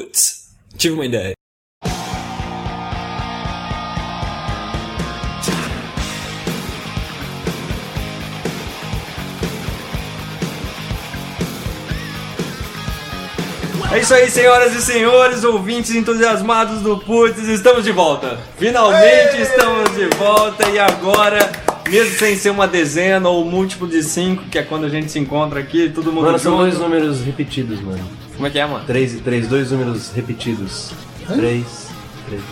Putz, tive uma ideia. É isso aí, senhoras e senhores, ouvintes entusiasmados do Putz, estamos de volta. Finalmente estamos de volta e agora, mesmo sem ser uma dezena ou múltiplo de cinco, que é quando a gente se encontra aqui, todo mundo Mano, são junto. dois números repetidos, mano. Como é que é, mano? Três e três, dois números repetidos. Três, três.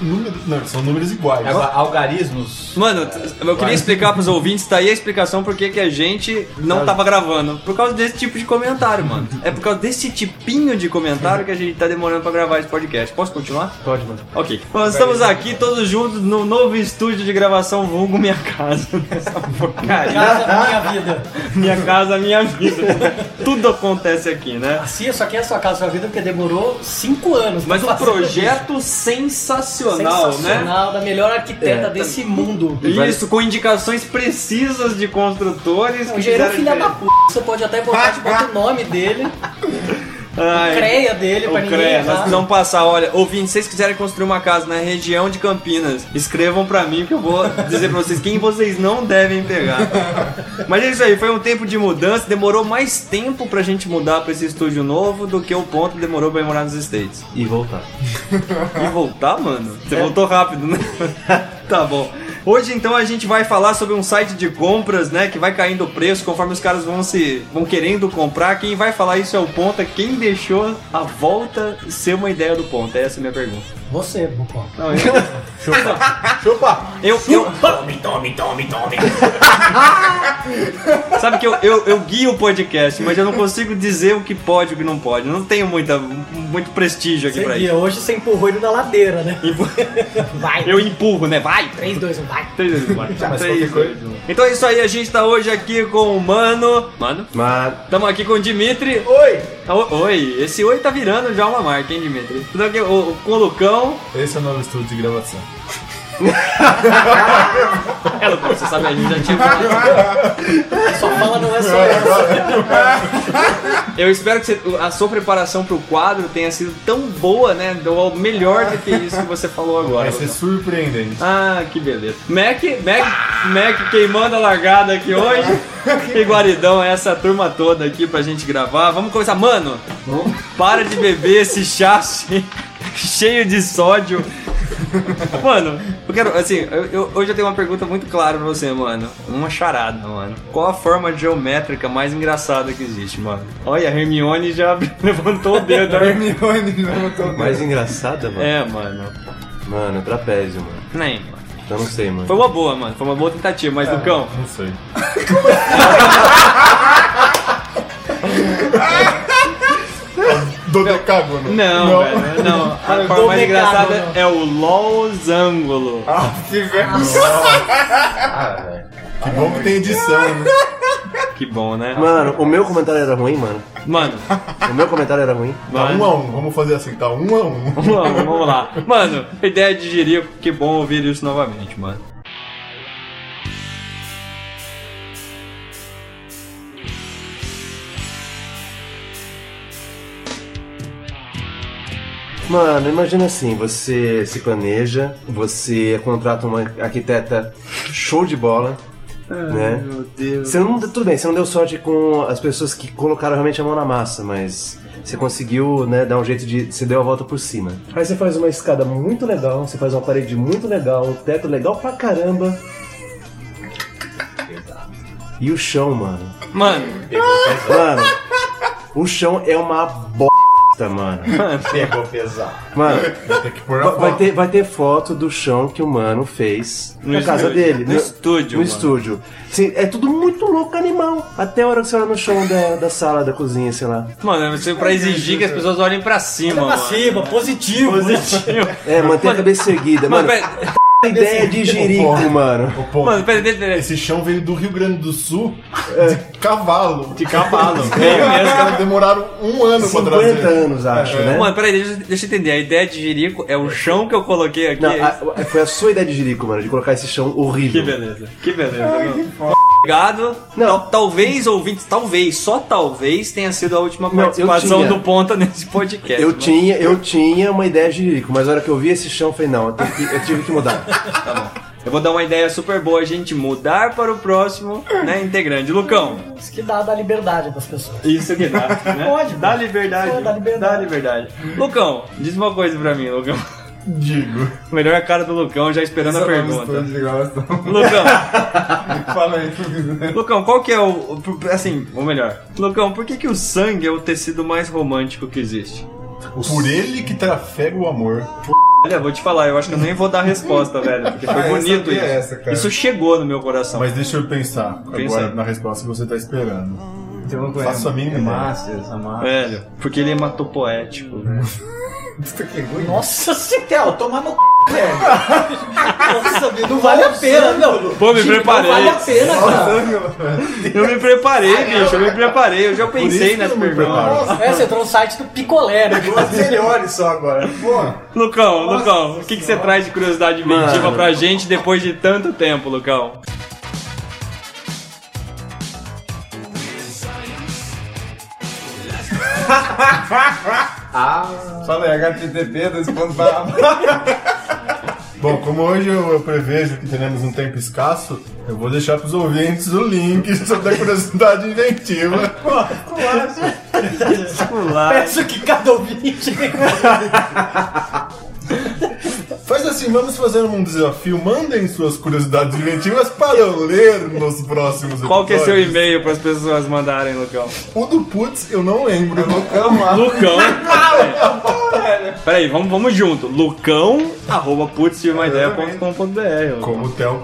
Número... Não, são números iguais. Algarismos. Mano, t- eu queria explicar pros ouvintes, tá aí a explicação por que que a gente não tava gravando. Por causa desse tipo de comentário, mano. É por causa desse tipinho de comentário que a gente tá demorando pra gravar esse podcast. Posso continuar? Pode, mano. Ok. Bom, estamos aqui todos juntos no novo estúdio de gravação vulgo Minha Casa. Essa porcaria. Casa da minha vida. Minha Casa, Minha Vida. Tudo acontece aqui, né? Se isso aqui é a sua casa, sua vida, porque demorou cinco anos. Mas um Fazendo projeto isso. sensacional, né? tá. sensacional da melhor arquiteta É, desse mundo. Isso, com indicações precisas de construtores. O que fizeram engenheiro filha da diferença. puta. Você pode até botar tipo, bota o nome dele, Ai, creia dele, Ô, pra ninguém É. Creia, nós errar. precisamos passar, olha, ouvintes, se vocês quiserem construir uma casa na região de Campinas, escrevam pra mim que eu vou dizer pra vocês quem vocês não devem pegar. Mas é isso aí, foi um tempo de mudança, demorou mais tempo pra gente mudar pra esse estúdio novo do que o ponto demorou pra ir morar nos States. E voltar. E voltar, mano? Você É. voltou rápido, né? tá bom. Hoje então a gente vai falar sobre um site de compras, né, que vai caindo o preço conforme os caras vão se vão querendo comprar. Quem vai falar isso é o Ponta. Quem deixou a volta ser uma ideia do Ponta? Essa é a minha pergunta. Você, Bucó. Não, eu... Chupa. Eu, eu... Tome, tome, tome, tome. Sabe que eu, eu, eu guio o podcast, mas eu não consigo dizer o que pode e o que não pode. Eu não tenho muita, muito prestígio aqui Você pra guia. isso. Hoje você empurrou ele da ladeira, né? Vai. Eu empurro, né? Vai! 3, 2, 1, vai. Três vezes embora. Três. Então é isso aí, a gente tá hoje aqui com o Mano. Mano? Mas. Tamo aqui com o Dimitri. Oi! Ah, o- Oi, esse oi tá virando já uma marca, hein, Dimitri? Tudo aqui, o, com o Lucão. Esse é o novo estúdio de gravação. É, Lucão, você sabe, a gente já tinha falado. Só fala não é só essa. Eu espero que você- a sua preparação pro quadro tenha sido tão boa, né? Deu melhor do que isso que você falou agora. Vai ser surpreendente. Ah, que beleza. Mac, Mac, Mac queimando a largada aqui hoje. Que guaridão é essa turma toda aqui pra gente gravar. Vamos começar. Mano, para de beber esse chá che- cheio de sódio. Mano, eu quero, assim, eu, eu- hoje eu tenho uma pergunta muito clara pra você, mano. Uma charada, mano. Qual a forma geométrica mais engraçada que existe, mano? Olha, a Hermione já levantou o dedo. né? Hermione não tô... Mais engraçada, mano. É, mano. Mano, trapézio, mano. Nem, mano. Eu não sei, Foi um- mano. uma boa, mano. Foi uma boa tentativa, mas, Lucão, Não sei. Do decágono. Não, velho, não. A forma mais Dou engraçada pecado, é o losangulo. Ah, que velho. Ah, velho. Que bom que tem edição, né? Que bom, né? Mano, o meu comentário era ruim, mano. Mano, O meu comentário era ruim. Tá mano. um a um. Vamos fazer assim, tá um a um. Vamos, lá, vamos lá. Mano, ideia de girico, que bom ouvir isso novamente, mano. Mano, imagina assim, você se planeja, você contrata uma arquiteta show de bola, É, né? Meu Deus. Você não, tudo bem, você não deu sorte com as pessoas que colocaram realmente a mão na massa, mas você conseguiu, né, dar um jeito de. Você deu a volta por cima. Aí você faz uma escada muito legal, você faz uma parede muito legal, um teto legal pra caramba. E o chão, mano. Mano, Mano, o chão é uma bosta, mano. Pegou pesado. Mano, Vai ter que pôr a va- vai foto. ter, vai ter foto do chão que o mano fez No na casa estúdio. dele. No estúdio, No mano. estúdio. Assim, é tudo muito louco, animal. Até a hora que você olha no chão da, da sala, da cozinha, sei lá. mano, você pra exigir que as pessoas olhem pra cima, Pra mano. cima, positivo. É, manter a cabeça erguida. Mano, Mano, pera, a ideia de jirico, mano. Ô, pô, mano, pera, pera, pera. Esse chão veio do Rio Grande do Sul de cavalo. De cavalo. Os caras demoraram um ano pra 50 trazer. anos, acho, né? Mano, peraí, deixa, deixa eu entender. A ideia de jirico é o chão que eu coloquei aqui. é Não, a- foi a sua ideia de jirico, mano, de colocar esse chão Que horrível. beleza, que beleza. mano. gado. Não. Tal- talvez, ouvinte, talvez, só talvez tenha sido a última Não, eu participação tinha. do Ponta nesse podcast. Eu né? tinha, eu tinha uma ideia de rico, mas na hora que eu vi esse chão, eu falei, não, eu, tenho que- eu tive que mudar. Eu vou dar uma ideia super boa, a gente mudar para o próximo, né, integrante. Lucão, Isso que dá, dá liberdade pras pessoas. isso que dá, né? Pode, Dá liberdade. Pode, dá liberdade. Dá liberdade. Lucão, diz uma coisa pra mim, Lucão. Digo. Melhor a cara do Lucão já esperando a Essa é pergunta. mistura de gosto. Lucão, Fala aí, tu quiser. Lucão, qual que é o. o- Assim, ou melhor, Lucão, por que, que o sangue é o tecido mais romântico que existe? Por ele que trafega o amor. Olha, vou te falar, eu acho que eu nem vou dar a resposta, velho, porque foi Ah, eu bonito sabia isso. essa, cara. isso chegou no meu coração. Mas deixa eu pensar Pensa agora aí. na resposta que você tá esperando. Eu não conheço. Faço a mínima É ideia. Márcia, Velho, porque ele é hematopoético, É. velho. Nossa senhora, tomar no c, velho. Nossa, meu, não vale a pena, não. Pô, me Gente, preparei. Não vale a pena, cara. Eu me preparei, bicho, eu me preparei, eu já pensei nas perguntas. Nossa, é, você entrou no site do Picolé, né? Duas melhores só agora. Pô, Lucão, Lucão, o que, que você traz de curiosidade inventiva Mano. pra gente depois de tanto tempo, Lucão? Fala aí, HTTP, dois pontos para Bom, como hoje eu, eu prevejo que teremos um tempo escasso, eu vou deixar pros ouvintes o link sobre a curiosidade inventiva. Peço que cada ouvinte. Faz assim, vamos fazer um desafio. Mandem suas curiosidades inventivas para eu ler nos próximos episódios. Qual que é seu e-mail pras pessoas mandarem, Lucão? O do Putz eu não lembro. É Lucão. Peraí, vamos, vamos junto. Lucão, arroba putzilmaideia.com.br. Como o Theo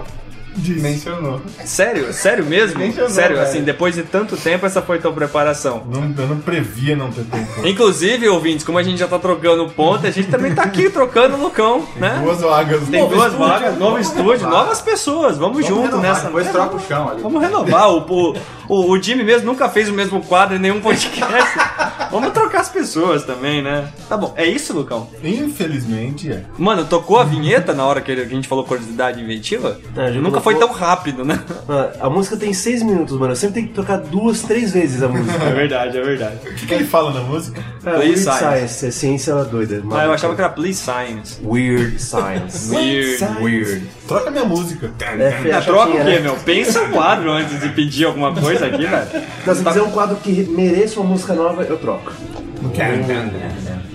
dimensionou. Sério? Sério mesmo? Nem chamou, Sério, velho. assim, depois de tanto tempo, essa foi tua preparação. Não, eu não previa não ter tempo. Inclusive, ouvintes, como a gente já tá trocando ponta, a gente também tá aqui trocando o Lucão, né? Duas vagas. Tem Novo duas estúdio. vagas, novo estúdio, novas pessoas. Vamos junto nessa. Depois troca o chão ali. Vamos renovar. O, o- o, o Jimmy mesmo nunca fez o mesmo quadro em nenhum podcast. Vamos trocar as pessoas também, né? Tá bom. É isso, Lucão? Infelizmente é. Mano, tocou a vinheta na hora que a gente falou curiosidade inventiva? É, a gente Nunca colocou- foi tão rápido, né? Mano, a música tem seis minutos, mano. Eu sempre tenho que tocar duas, três vezes a música. verdade, é verdade. O que, que ele fala na música? Please Weird Science. Science, é ciência doida. Ah, eu achava que era Please Science. Weird Science. Weird. Weird. Troca minha música. É, foi a Ah, troca chatinha, o quê, né? meu? Pensa o quadro antes de pedir alguma coisa aqui, velho. Não, se quiser um quadro que mereça uma música nova, eu troco. Hum.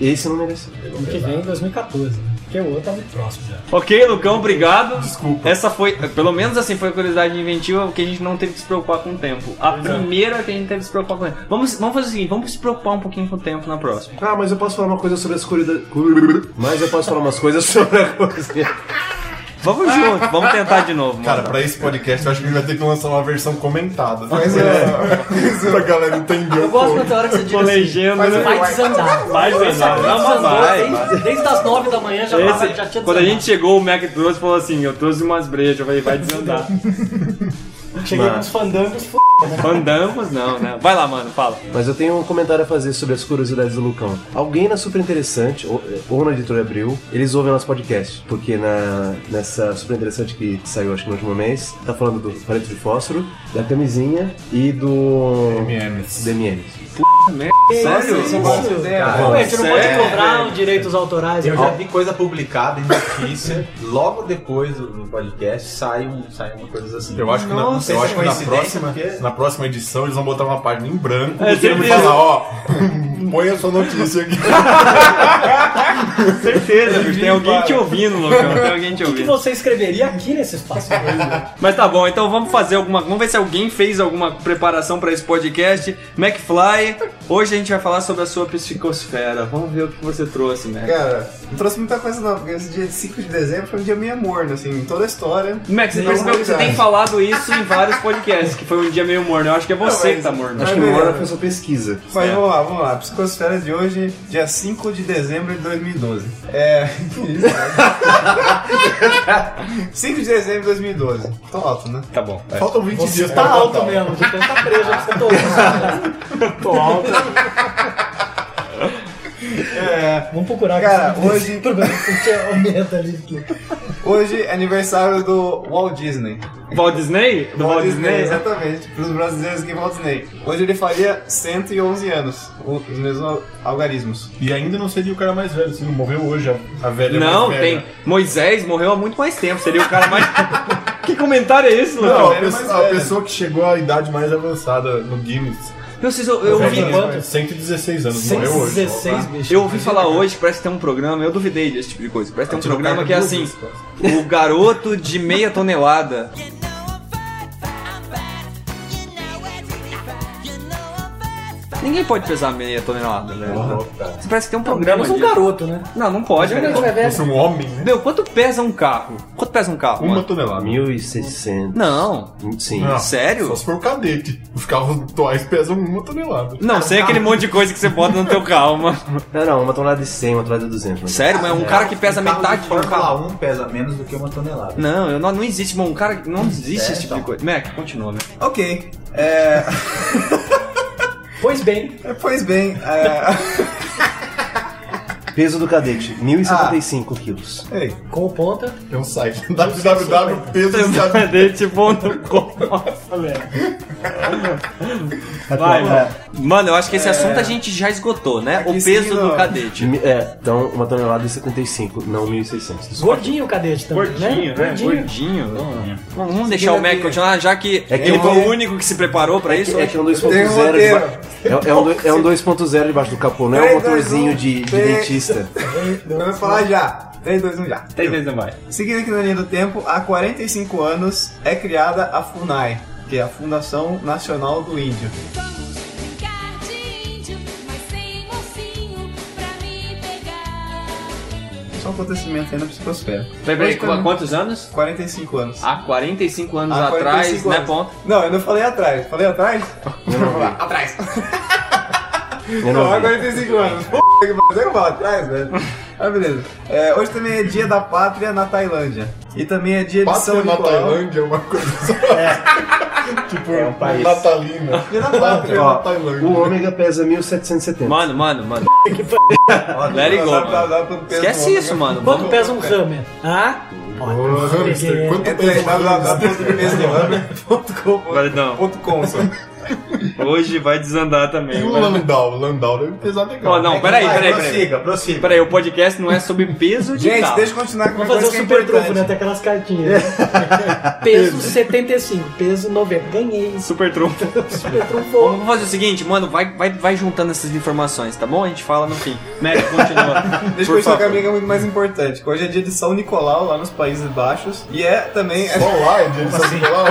Esse não mereceu. Ano que vem, 2014. né? Porque o outro tá muito próximo já. Ok, Lucão, obrigado. Desculpa. Essa foi, pelo menos assim, foi a curiosidade inventiva que a gente não teve que se preocupar com o tempo. A é. primeira que a gente teve que se preocupar com o tempo. Vamos, vamos fazer o seguinte, vamos se preocupar um pouquinho com o tempo na próxima. Ah, mas eu posso falar uma coisa sobre as curiosidades. Mas eu posso falar umas coisas sobre a coisa. Vamos junto, vamos tentar de novo, mano. Cara, pra esse podcast eu acho que ele vai ter que lançar uma versão comentada. Mas é. pra galera entender Eu um gosto pouco. quando tem hora que você diz Com assim, legenda, um né? vai desandar. Vai desandar. Não, mas Desandou vai, desde- vai. Desde as 9 da manhã já, um tava, já Esse- tinha quando a desandado. gente chegou, o Mac trouxe e falou assim: Eu trouxe umas brejas. Eu falei, vai desandar. Cheguei com os fandangos, f... Andamos, não, né? Vai lá, mano, fala. Mas eu tenho um comentário a fazer sobre as curiosidades do Lucão. Alguém na Super Interessante, ou, ou na Editora Abril, eles ouvem nosso podcast. Porque na, nessa Super Interessante que saiu, acho que no último mês, tá falando do palito de fósforo, da camisinha e do... MMs. DMM. Sério? Ué, a gente não pode sério, cobrar os direitos autorais. né? Eu cara. já vi coisa publicada em notícia. Logo depois do no podcast sai, um, sai uma coisa assim. Eu acho que, na, Nossa, eu isso acho é que na, coincidência, próxima, porque- na próxima edição eles vão botar uma página em branco É, e ele vai certeza. falar, ó, põe a sua notícia aqui. Certeza, bicho, tem alguém te ouvindo, Lucão. Tem alguém te O que ouvindo. você escreveria aqui nesse espaço? Mas tá bom, então vamos fazer alguma. Vamos ver se alguém fez alguma preparação pra esse podcast. McFly, hoje a gente vai falar sobre a sua psicosfera. Vamos ver o que você trouxe, Mac. Cara, não trouxe muita coisa não, porque esse dia de 5 de dezembro foi um dia meio morno, assim, em toda a história. Mac, você percebeu que você tem falado isso em vários podcasts, que foi um dia meio morno. Eu acho que é você que tá morno. Acho que o Mora fez sua pesquisa. Mas vamos lá, vamos lá. Psicosfera de hoje, dia 5 de dezembro de 2012. É. 5 de dezembro de 2012. Tô alto, né? Tá bom. É. Faltam 20 dias pra Tá alto Natal. mesmo, de tanta presa que você tá ouvindo. Tô alto. É. Vamos procurar. Cara, que você- hoje- Problema que você aumenta ali. porque- Hoje é aniversário do Walt Disney. Walt Disney? Do Walt Disney, né? exatamente. Para os brasileiros que Walt Disney. Hoje ele faria 111 anos. o- Os mesmos algarismos. E ainda não seria o cara mais velho, se não morreu hoje a, a velha é Não, mais tem. velha. Moisés morreu há muito mais tempo. Seria o cara mais. que comentário é esse, Lucas? Não, a, velho é mais pessoa, a velho. pessoa que chegou à idade mais avançada no Guinness. Meu, vocês, eu, eu é ouvi. Exatamente. quanto? 116 anos, morreu hoje. 116, bicho. Eu ouvi falar hoje que parece que tem um programa, eu duvidei desse tipo de coisa. Parece que tem um Atirou programa carga que é duas assim: vezes, quase. O garoto de meia tonelada. You know I'm fine, I'm fine. You know it's really fine. You know I'm fine. Ninguém pode pesar meia tonelada, né? Parece que tem um programa. Mas um disso. garoto, né? Não, não pode. né? Como é velho? Fosse um homem, né? Meu, quanto pesa um carro? Quanto pesa um carro? Uma mano? tonelada. 1600. Não. hum, Sim. Não, Sério? Só se for o cadete. Os carros atuais pesam uma tonelada. Não, sem aquele monte de coisa que você bota no teu carro, mano. Não, não, uma tonelada de 100, uma tonelada de 200. mas- Sério, mas um cara que pesa Um carro metade de de um Fórmula carro. 1 pesa menos do que uma tonelada. Não, eu não, não existe, mano. Um cara não existe É, esse tipo de então. coisa. Mac, continua, Mac. Ok. É, Pois bem, pois bem. é, Peso do cadete, 1075 Ah. quilos. ei, com o ponta. Tem um site. www.peso.com. Nossa, velho. Vai, mano. É. Mano, eu acho que esse assunto a gente já esgotou, né? O Aqui peso seguindo- do cadete. Mi- É, então uma tonelada de 75, não 1600. Gordinho o cadete também, né? Gordinho. Gordinho. Vamos vamos deixar o Mac continuar, já que É que ele eu- foi o único que se preparou pra isso. É que é um Tem um 2.0 roteiro. deba- é, é um do- é um 2.0 debaixo do capô, não é um Três, dois, um. motorzinho de, de Três. dentista. vamos falar já. 3, 2, 1 já. Três vezes não vai. Seguindo aqui na linha do tempo, há 45 anos é criada a FUNAI, que é a Fundação Nacional do Índio. Vamos brincar de índio, mas sem mocinho pra me pegar. Isso é um acontecimento aí na psicosfera. Peraí, Hoje, pra- peraí, quantos anos? 45 anos. Ah, Há 45 anos Há atrás, 45 né, anos. ponto? Não, eu não falei atrás. Falei atrás? Vamos lá, atrás. Eu Não, não há vi. 45 anos. P***, que pariu, eu não falo atrás, velho. Ah, beleza. É, hoje também é dia da pátria na Tailândia. E também é dia de São Pátria na Nicolau. Tailândia é uma coisa só. tipo, É um país. natalina. Dia da pátria. Pátria na Ó, o Tailândia. ômega pesa 1770. Mano, mano, mano. Ó, Let it go, dá- dá- mano. dá pro peso Esquece do homem, isso, né? mano. Quanto Vamos- pesa um hammer? Ah, Ô, hamster, quanto Entra aí, pesa? www.pesodelano.com.br Validão. Hoje vai desandar também. E o vai. Landau? O Landau deve pesar legal. Ó, não, peraí, Vai, peraí, peraí. prossiga, prossiga. Peraí, o podcast não é sobre peso de Gente, carro. deixa eu continuar com uma vamos fazer coisa o que é super trufo, né? importante. Tem aquelas cartinhas. né? peso 75, peso 90. Ganhei. Super trunfo. Super trufo. Vamos fazer o seguinte, mano, vai, vai, vai juntando essas informações, tá bom? A gente fala no fim. Mac, continua. Deixa eu Por continuar com a favor. minha que é muito mais importante. que Hoje é dia de São Nicolau, lá nos Países Baixos. E é também... Olá, é dia de São Nicolau.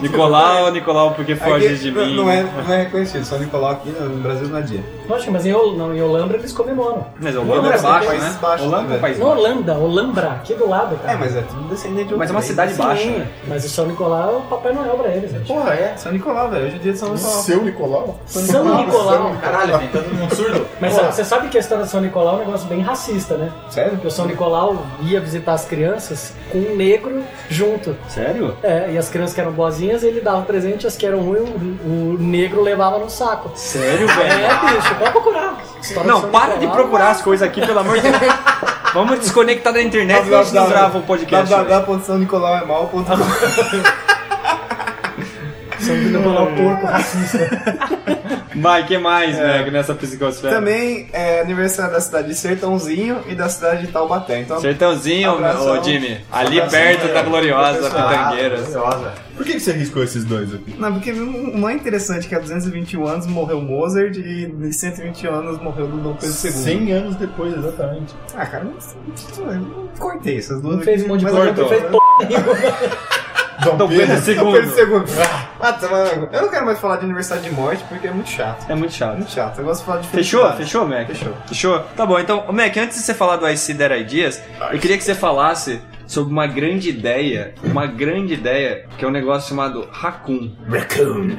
Nicolau, Nicolau, por que foge Aqui de não- mim? Não é, não é reconhecido, São Nicolau aqui no no Brasil não é dia. Poxa, mas em, Ol não, em Olambra eles comemoram. Mas o Holanda é Holanda baixo, tem né? países baixos Holanda é um também. país Na baixo. Holanda, Olambra, aqui do lado, cara. É, mas é tudo descendente de Mas é uma holandês. cidade baixa, Sim, né? Mas o São Nicolau é o Papai Noel pra eles, gente. Porra, é? São Nicolau, velho. Hoje é dia de São Nicolau. Seu Nicolau? São Nicolau. Caralho, tem todo mundo surdo. Mas sabe- você sabe que a história do São Nicolau é um negócio bem racista, né? Sério? Porque o São Nicolau ia visitar as crianças com um negro junto. Sério? É, e as crianças que eram boazinhas, ele dava presente, as que eram ruins, o, o negro levava no saco. Sério, É, velho? bicho, pode procurar. História É, do Não, um São para de Nicolau. procurar as coisas aqui, pelo amor de Deus. Vamos desconectar da internet e É a gente não grava o podcast. né? velho. é www.sãonicolauemal.com São Nicolau é porco racista. Vai, que mais, Mac, nessa psicosfera? É. Também é aniversário da cidade de Sertãozinho e da cidade de Taubaté. Então, Sertãozinho, Abração. ô Jimmy. Ali perto da gloriosa Pitangueiras. Por que, que você arriscou esses dois aqui? não, porque uma é interessante que há 221 anos morreu Mozart e em 120 anos morreu Dom Pedro II. 100 anos depois, exatamente. Ah, cara, não, não, não cortei essas duas. Não fez um monte de mas coisa, não eu- fez eu- porra nenhuma. Dom Então, Pedro Dom Pedro II. II. Ah, tá, mano. Eu não quero mais falar de aniversário de morte porque é muito chato. É muito É chato. muito chato. Eu gosto de falar de Fechou? felicidade. Fechou, Mac? Fechou. Fechou? Tá bom, então, ô, Mac, antes de você falar do I See That Ideas, eu queria que você falasse sobre uma grande ideia, uma grande ideia, que é um negócio chamado Raccoon. Raccoon.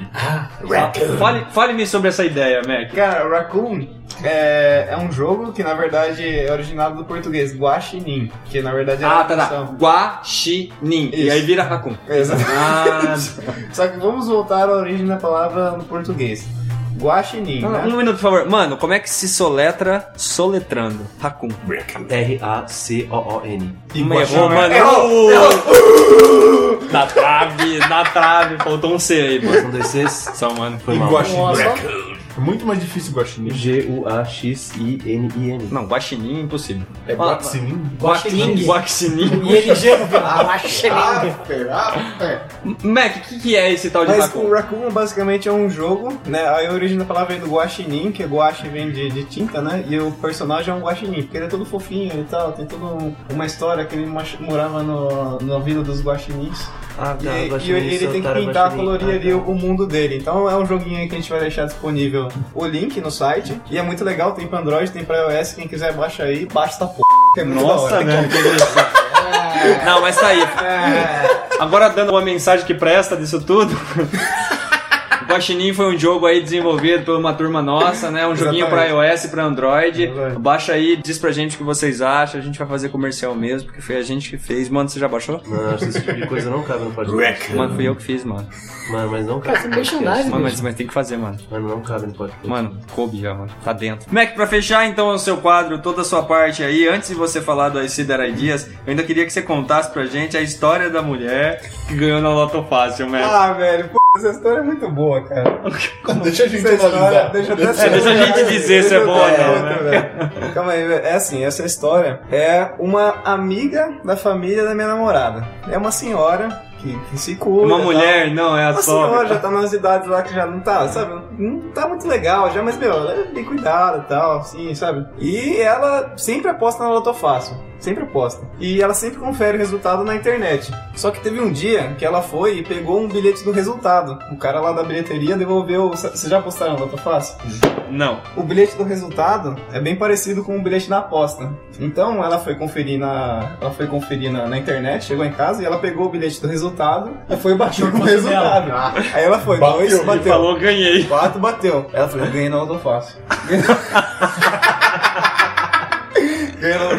Fale- Fale-me sobre essa ideia, Mac. Cara, Raccoon é, é um jogo que na verdade é originado do português Guaxinim, que na verdade é Ah, uma tá, tá. função. Guaxinim. E Isso. aí vira Raccoon. Exato. Ah, Só que vamos voltar à origem da palavra no português. Guaxinim, Ah, né? Um minuto, por favor. Mano, como é que se soletra soletrando? Raccoon. R-A-C-O-O-N. Mas Errou, mano. Errou! Na trave, na trave. Faltou um C aí, mano. São dois Cs. Só, mano. Foi mal. Guaxinim. É muito mais difícil guaxinim. G-U-A-X-I-N-I-N. Não, guaxinim é impossível. É guaxinim? Guaxinim. Guaxinim. ING no final. Ah, Mac, o que, que é esse tal de Mas o raccoon? Raccoon basicamente é um jogo, né? A origem da palavra vem do guaxinim, que é guache vem de, de tinta, né? E o personagem é um guaxinim, porque ele é todo fofinho e tal, tem toda um- uma história que ele mach- morava no, na vila dos guaxinins. Ah, E, tá. e Guaxinim, ele tem que Sotaro, pintar, Guaxinim. colorir ali Ah, o mundo dele. Então é um joguinho aí que a gente vai deixar disponível o link no site. E é muito legal, tem pra Android, tem pra iOS, quem quiser baixa aí, baixa essa porra. que É muito da Nossa, hora. né? Que agressivo. Não, mas tá aí. Agora dando uma mensagem que presta disso tudo. O Guaxinim foi um jogo aí desenvolvido por uma turma nossa, né? Um joguinho pra iOS e pra Android. Exatamente. Baixa aí, diz pra gente o que vocês acham. A gente vai fazer comercial mesmo, porque foi a gente que fez. Mano, você já baixou? tá. Não, acho que esse tipo de coisa não cabe no podcast. Mano, fui eu que fiz, mano. Mano, mas não cabe no podcast. Mano, mas, mas tem que fazer, mano. Mano, não cabe no podcast. Mano, coube já, mano. Tá dentro. Mac, pra fechar então o seu quadro, toda a sua parte aí, antes de você falar do IC Dar Ideas, eu ainda queria que você contasse pra gente a história da mulher que ganhou na Loto Fácil, Mac. Ah, velho, pô, essa história é muito boa, cara. Deixa a gente Essa história, analisar. deixa eu até É, deixa a gente dizer se é bom ou não, né? né? Calma aí, velho. é assim, essa história é uma amiga da família da minha namorada. É uma senhora que, que se cuida. Uma e tal. mulher, não, é a Uma senhora já sogra. tá nas idades lá que já não tá, sabe? Não tá muito legal já, mas, meu, ela é bem cuidada e tal, assim, sabe? E ela sempre aposta na Loto Fácil. Sempre aposta. E ela sempre confere o resultado na internet. Só que teve um dia que ela foi e pegou um bilhete do resultado. O cara lá da bilheteria devolveu. Vocês já apostaram na Loto Fácil? Não. O bilhete do resultado é bem parecido com o bilhete da aposta. Então ela foi conferir na, ela foi conferir na, na internet, chegou em casa e ela pegou o bilhete do resultado e foi e baixou com o resultado. Aí ela foi, Bateu, dois, e Ele bateu. falou, ganhei. Quatro bateu. Ela falou, eu ganhei na Loto Fácil. ganhei na Loto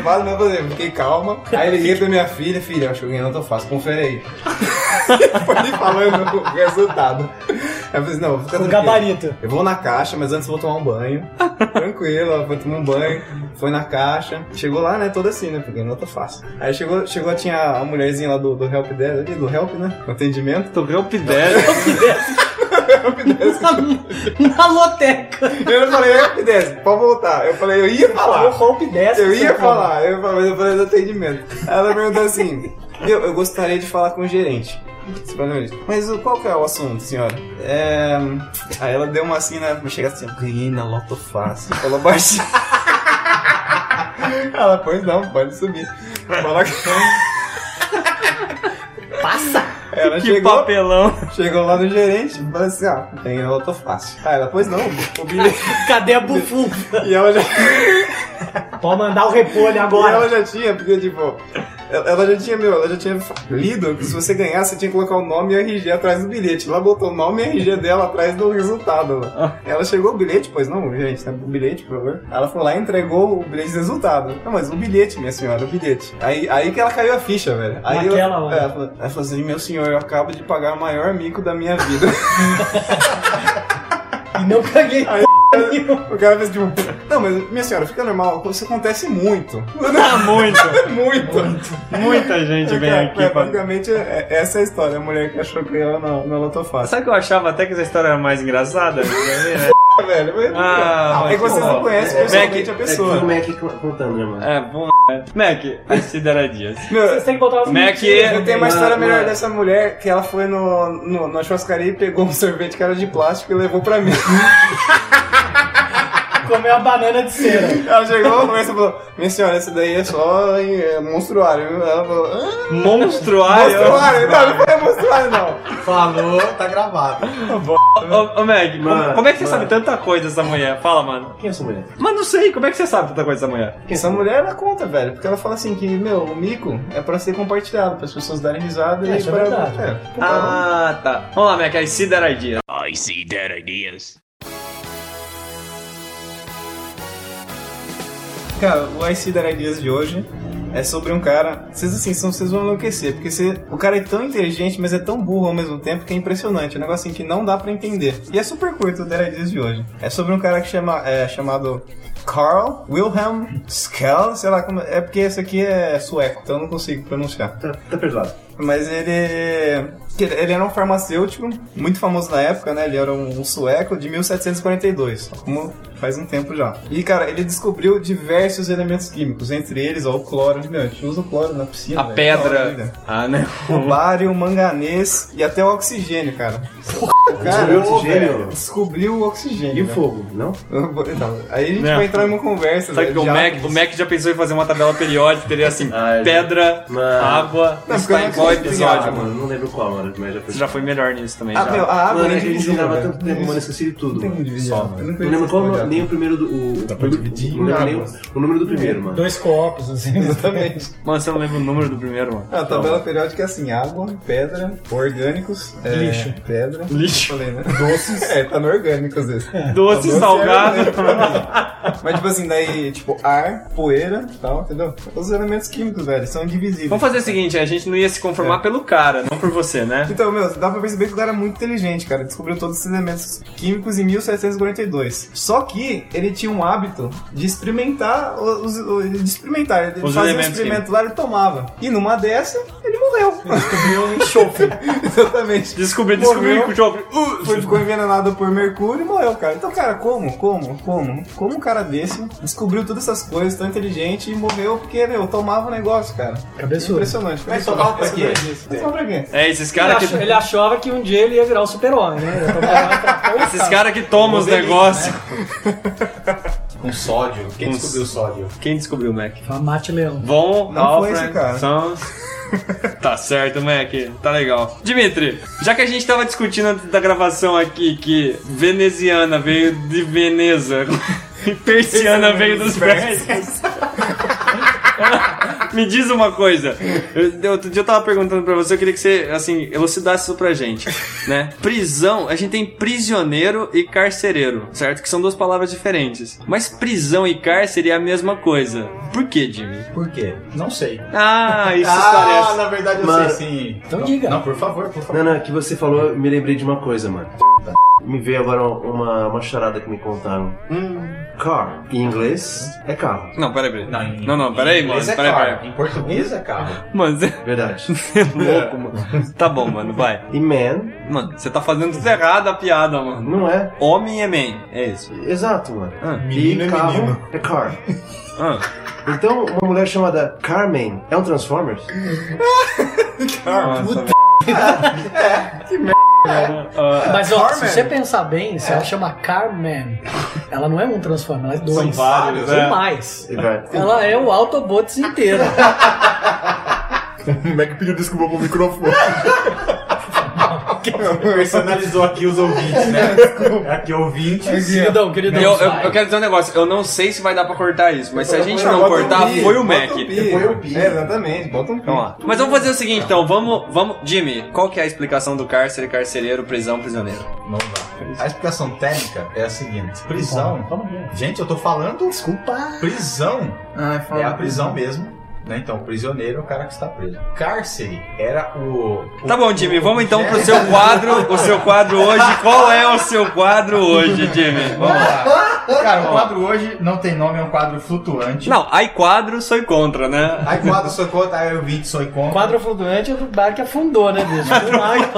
Fácil, mas eu falei, fiquei calma. Aí liguei pra minha filha, filha, acho que eu ganhei na Loto Fácil, confere aí. foi me falando o resultado. Aí eu falei, assim, não, fica O tranquila. gabarito. Eu vou na caixa, mas antes eu vou tomar um banho. Tranquilo, ó, vou tomar um banho. Foi na caixa. Chegou lá, né? Toda assim, né? Porque não tá fácil. Aí chegou, chegou tinha a mulherzinha lá do, do help dela, ali, do help, né? Do atendimento. Tu viu o Pidel? Na, na loteca. Eu falei, help desk, pode voltar. Eu falei, eu ia O falar. golpe dessa. Eu ia cara. falar, eu falei, eu falei do atendimento. Aí ela perguntou assim: eu, eu gostaria de falar com o gerente. Você falou, Mas o- qual que é o assunto, senhora? É. Aí ela deu uma assim, né? Chega assim, eu ganhei na Loto Fácil. Falou baixinho. Ela, pois não, pode subir. Fala com Passa. ela. Que chegou, papelão. chegou lá no gerente e falou assim: ó, ganhei na Loto Fácil. Aí ela, pois não, o bilhete. Cadê a bufunfa? E ela já. Pode mandar o repolho E ela agora. já tinha, porque, tipo, ela ela já tinha, meu, ela já tinha lido que se você ganhasse, você tinha que colocar o nome e o RG atrás do bilhete. Ela botou o nome e o RG dela atrás do resultado. Ah. lá. Ela chegou o bilhete, pois não, gente, né? O bilhete, por favor. Ela foi lá e entregou o bilhete de resultado. Não, mas o bilhete, minha senhora, o bilhete. Aí, aí que ela caiu a ficha, velho. Aí eu- Naquela hora. é, Ela, falou- ela falou assim, meu senhor, eu acabo de pagar o maior mico da minha vida. E não caguei. Aí- o cara fez tipo, não, mas minha senhora, fica normal, isso acontece muito. Ah, Tá muito. Muito. Muita gente vem É, é, aqui pra... Basicamente, é- é- essa é a história. A mulher que achou que ela na, na Lotofácil. Sabe que eu achava até que essa história era mais engraçada? Ah, velho. mas- Ah, é que vocês não conhecem pessoalmente a É que foi pessoa. o Mac contando, né, mano? É, bom. Mac, IC Dar Dias. Meu, Vocês têm é que Ah. botar umas Mac- mentiras. eu tenho uma história Mano, melhor mano. dessa mulher que ela foi no, no, na churrascaria e pegou um sorvete que era de plástico e levou pra mim. Comer uma banana de cera. Ela chegou, começa e falou: Minha senhora, esse daí é só é, monstruário. viu?" Ela falou: ah, Monstruário. Monstruário? Não, não foi monstruário, não. Falou, tá gravado. Ô, ô, Meg, como, Mano, como é que você mano. sabe tanta coisa dessa mulher? Fala, mano. Quem é essa mulher? Mas não sei, como é que você sabe tanta coisa dessa mulher? Essa mulher ela conta, velho, porque ela fala assim que, meu, o mico é pra ser compartilhado, para as pessoas darem risada É, e isso é pra. verdade. é, Ah, tá. Vamos lá, Meg, aí se der idea. Cara, o IC That Ideas de hoje É sobre um cara. Vocês assim, são, vocês vão enlouquecer, porque você- o cara é tão inteligente, mas é tão burro ao mesmo tempo que é impressionante. É um negócio assim que não dá pra entender. E é super curto o 10 dias de hoje. É sobre um cara que chama, é, chamado Carl Wilhelm Skell, sei lá como. É porque esse aqui é sueco, então eu não consigo pronunciar. Tá, tá perdoado. Mas ele. que Ele ele era um farmacêutico muito famoso na época, né? Ele era um um sueco de 1742, como faz um tempo já. E, cara, ele descobriu diversos elementos químicos, entre eles, ó, o cloro. Meu, a gente usa o cloro na piscina. A velho, pedra. na hora, né? Ah, né? O bário, o manganês e até o oxigênio, cara. O descobriu o oxigênio? velho, Descobriu o oxigênio. né? E o velho. fogo, não? Então, aí a gente Né? vai entrar numa conversa. Sabe velho, que o de Mac, átomos. o Mac já pensou em fazer uma tabela periódica, teria assim, Ai, pedra, mano. água, Não, está em porque eu qual não acredito em episódio, água. mano? Mano, não lembro qual, mano, mas já foi. Você já foi melhor nisso também, Ah, já. meu, a água Mano, é a gente indivisível, jogava velho. tanto tempo, mano, eu esqueci de tudo. Não tem mano. como dividir, Só, velho. mano. Eu não Não lembro conheço qual, é esse o- lugar. nem o primeiro do. O, pra o- dividir não lembro em nem o, águas. o número do primeiro, mano. Dois copos, assim. Exatamente. Mano, você não lembra o número do primeiro, mano. A tabela periódica é assim: água, pedra, orgânicos, é, Lixo. pedra, Lixo. falei, né? doces. É, tá no orgânico às vezes. Doce, Doce salgado. é Mas tipo assim, daí, tipo, ar, poeira e tal, entendeu? Os elementos químicos, velho, são indivisíveis. Vamos fazer o seguinte, a gente não ia se É. conformar pelo cara, não por você, né? Então, meu, dá pra perceber que o cara é muito inteligente, cara. Descobriu todos esses elementos químicos em 1742. Só que ele tinha um hábito de experimentar os, os- de experimentar. Ele Os fazia um elementos experimento lá, ele tomava. E numa dessa, ele morreu. Descobriu um enxofre. Exatamente. Descobri, descobri Morreu. que o jovem... Uh, Foi, ficou envenenado por mercúrio e morreu, cara. Então, cara, como? Como? Como? Como um cara desse descobriu todas essas coisas, tão inteligente e morreu porque, meu, tomava o negócio, cara. Cabeçudo. Impressionante. Mas tomava pra quê? Tomava pra quê? É, esses Ele, caras que... acho- ele achava que um dia ele ia virar o super-homem, né? Eu tava lá e falava, "Pô, Esses caras que tomam os negócios. né? Com sódio. Quem Com descobriu o sódio? Quem descobriu o Mac? cara, Ah, Mate Leão. Von Não Alfred foi esse cara. Sons. Tá certo, Mac. Tá legal. Dimitri, já que a gente tava discutindo antes da gravação aqui que veneziana veio de Veneza e persiana veio dos persas. Me diz uma coisa. Eu, outro dia eu tava perguntando pra você, eu queria que você, assim, elucidasse isso pra gente, né? Prisão, a gente tem prisioneiro e carcereiro, certo? Que são duas palavras diferentes. Mas prisão e cárcere é a mesma coisa. Por que, Jimmy? Por quê? Não sei. Ah, isso Ah, esclarece. na verdade eu Mano. sei sim. Então não, diga. Não, por favor, por favor. Não, não, é que você falou, eu me lembrei de uma coisa, mano. Me veio agora uma, uma charada que me contaram. Car, em inglês, é carro. Não, peraí, peraí. Não, em- Não, não, peraí, em mano. inglês é Peraí, carro. peraí. Em português é carro. Mano, você Verdade. é louco, mano. Tá bom, mano, vai. E man, Mano, você tá fazendo tudo errado a piada, mano. não é. Homem é man. É isso. Exato, mano. Ah. Menino e é carro menino. é car. Ah, Então, uma mulher chamada Carmen é um Transformers? nossa, velho. Mas ó, se você pensar bem, se ela chama Carman, ela não é um Transformer, ela é dois. São vários, ou né? mais. E vai. Ela é o Autobots inteiro. O Mac pediu desculpa pro microfone. Personalizou aqui os ouvintes, né? Aqui ouvinte. queridão, queridão. Eu, eu, vai. eu quero dizer um negócio, eu não sei se vai dar pra cortar isso, mas se a gente não Bota um cortar, pi, foi o bota Mac. um pi. Foi o pi. É, exatamente, bota um pi. Vamos lá. Mas vamos fazer o seguinte então, vamos, vamos. Jimmy, qual que é a explicação do cárcere, carcereiro, prisão, prisioneiro? Vamos lá. A explicação técnica é a seguinte: prisão. Gente, eu tô falando. Desculpa. Prisão Ai, é fala. a prisão mesmo. Né? Então, prisioneiro é o cara que está preso. Cárcere era o. o- Tá bom, Jimmy, o- vamos então pro seu quadro, o seu quadro hoje. Qual é o seu quadro hoje, Jimmy? Vamos Vamos lá. Cara, o quadro hoje não tem nome, é um quadro flutuante. Não, ai quadro, sou contra, né? Aí quadro sou contra, aí eu vi sou O contra. quadro flutuante é do bar que afundou, né, bicho? Ai,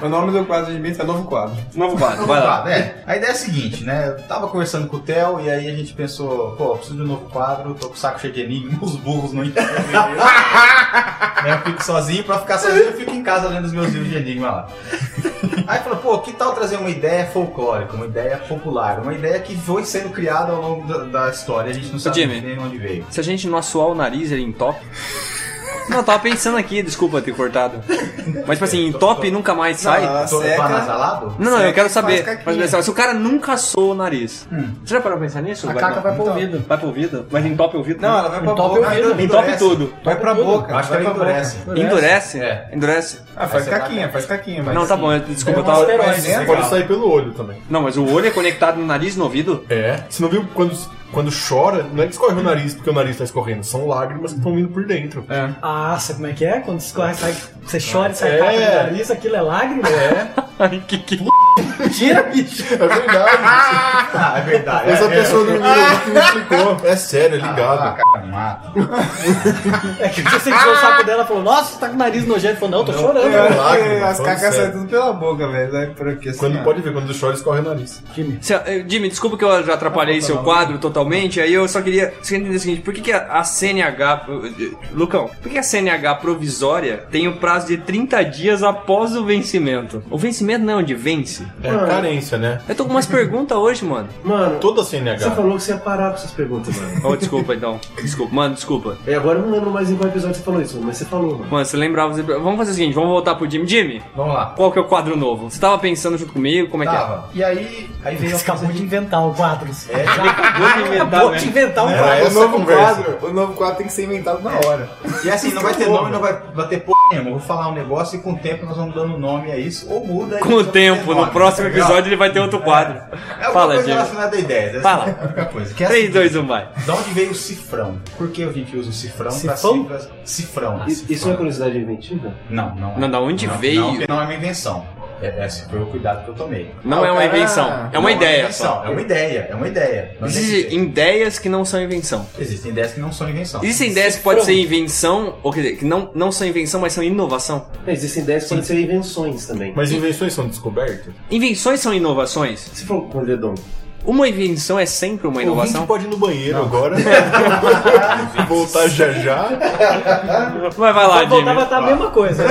O nome do quadro de mim é Novo Quadro. Novo quadro, Novo vai lá. quadro, é. A ideia é a seguinte, né? Eu tava conversando com o Theo e aí a gente pensou, pô, eu preciso de um novo quadro, tô com o saco cheio de enigma, os burros não entendem. né? Eu fico sozinho, pra ficar sozinho eu fico em casa lendo os meus livros de enigma lá. Aí falou, pô, que tal trazer uma ideia folclórica, uma ideia popular, uma ideia que foi sendo criada ao longo da, da história, a gente não sabe Jimmy. nem onde veio. Se a gente não assoar o nariz, ele entope. Não, eu tava pensando aqui, desculpa ter cortado. Mas tipo assim, entope e nunca mais sai. Ah, Tô tá seca. anasalado? Não, não, eu quero Faz saber. caquinha. Hum. Mas assim, ó, se o cara nunca assou o nariz. Você já parou pra pensar nisso? a caca vai pro Então. ouvido. Vai pro ouvido? Mas entope o ouvido? Não, ela vai pra Entope boca. o ouvido. Endurece. entope tudo. Vai pra Entope boca. Acho que ela vai pra boca. endurece. Endurece? É. Endurece? Ah, faz Aí você caquinha, vai- faz caquinha, mas. não, tá bom, eu- desculpa, eu um tava. né, asteroide. Mas é, Legal. Pode sair pelo olho também. Não, mas o olho é conectado no nariz e no ouvido? É. Você não viu quando quando chora, não é que escorre o nariz porque o nariz tá escorrendo, são lágrimas que estão vindo por dentro. É. Ah, sabe como é que é? Quando escorre, sai, você chora e sai É. capa do nariz, aquilo é lágrima? Ai, que, que... Tira, bicho! É verdade. Ah, é verdade. Essa é, pessoa do menino que me explicou. É sério, é ligado. É, cara, mata. É que você sentiu o saco dela e falou, nossa, você tá com o nariz nojento. Falou, não, tô chorando. é. Porque Falando As cacas sério. saem tudo pela boca, velho. né? Por aqui, assim, Quando ó. pode ver, quando chora, escorre o nariz. Cê- eh, Jimmy, desculpa que eu já atrapalhei seu quadro totalmente, aí eu só queria só queria entender o seguinte, por que, que a, a CNH... eh, Lucão, por que a CNH provisória tem o prazo de 30 dias após o vencimento? O vencimento não é onde vence. É carência, né? assim, Eu tô com umas perguntas hoje, mano. Mano, Toda você CNH. falou que você ia parar com essas perguntas, mano. Oh, desculpa então. Desculpa, mano, desculpa. E agora eu não lembro mais em qual episódio você falou isso, mas você falou, mano. Mano, você lembrava... você- Vamos fazer o seguinte, vamos voltar pro Jimmy. Jimmy, Vamos lá. qual que é o quadro novo? Você tava pensando junto comigo, como é que é? Tava. E aí, aí Você veio a coisa acabou de inventar o quadros. É, já- Vou me inventar, Acabou né? de inventar um Pra quadro. o essa novo conversa. quadro, o novo quadro tem que ser inventado na hora. E assim, não vai ter nome, não vai, vai ter porra nenhuma. Eu Vou falar um negócio e com o tempo nós vamos dando nome a isso, ou muda. e Com o só vai ter tempo, nome, no próximo tá legal? episódio ele vai ter outro quadro. É alguma Fala, coisa Jimmy. relacionada à ideia. essa Fala. um. É a única coisa. Que é 3, assim, 2, 1, vai. De onde veio o cifrão? Por que a gente usa o cifrão Cifrão? pra cifras? Cifrão. I- Isso não é curiosidade inventiva? Não, não é. Não, da onde Não, veio? Não, porque não é uma invenção. É, esse foi o cuidado que eu tomei. Não Ah, é o uma cara- invenção, é Não uma ideia invenção, só. É uma ideia, é uma ideia. Não Existem tem- ideias que não são invenção. Existem ideias que não são invenção. Existem ideias que podem ser invenção, ou quer dizer, que não, não são invenção, mas são inovação. É, existem ideias que podem ser invenções também. Mas invenções são descobertas? Invenções são inovações. Se for com o dedão. Uma invenção é sempre uma O Vink inovação. pode ir no banheiro agora. Voltar já já. Mas vai lá, Vai voltar, vai Jimmy. estar a mesma coisa.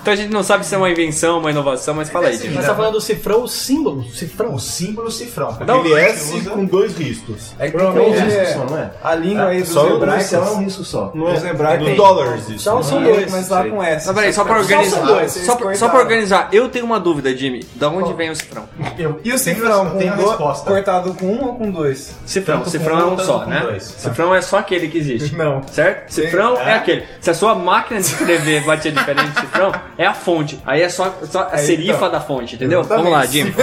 Então a gente não sabe se é uma invenção, uma inovação, mas fala aí, é Jimmy. Mas tá falando do cifrão, o símbolo, o Não, cifrão. o símbolo cifrão. porque Ele ele é se S usa- com dois riscos. É que Provavelmente tem é um que- risco só, não é? A língua aí dos só o hebraicos. Só é um risco só. Não Os hebraicos Dos têm. dólares isso. Só né? são Aí dois. Começa lá com S. Só peraí, só pra são organizar. dois, Só, pra- só pra organizar, eu tenho uma dúvida, Jimmy. Da onde vem o cifrão? Eu- E o tem- cifrão, tem com a dois- resposta. cortado com um ou com dois? Cifrão, Tanto cifrão com é um, um tanto só, com né? dois. Cifrão é só aquele que existe. Não. Certo? Cifrão é. aquele. Se a sua máquina de escrever batia diferente de cifrão, é a fonte. Aí é só, só a serifa da fonte, entendeu? Vamos lá, Então, Jimmy.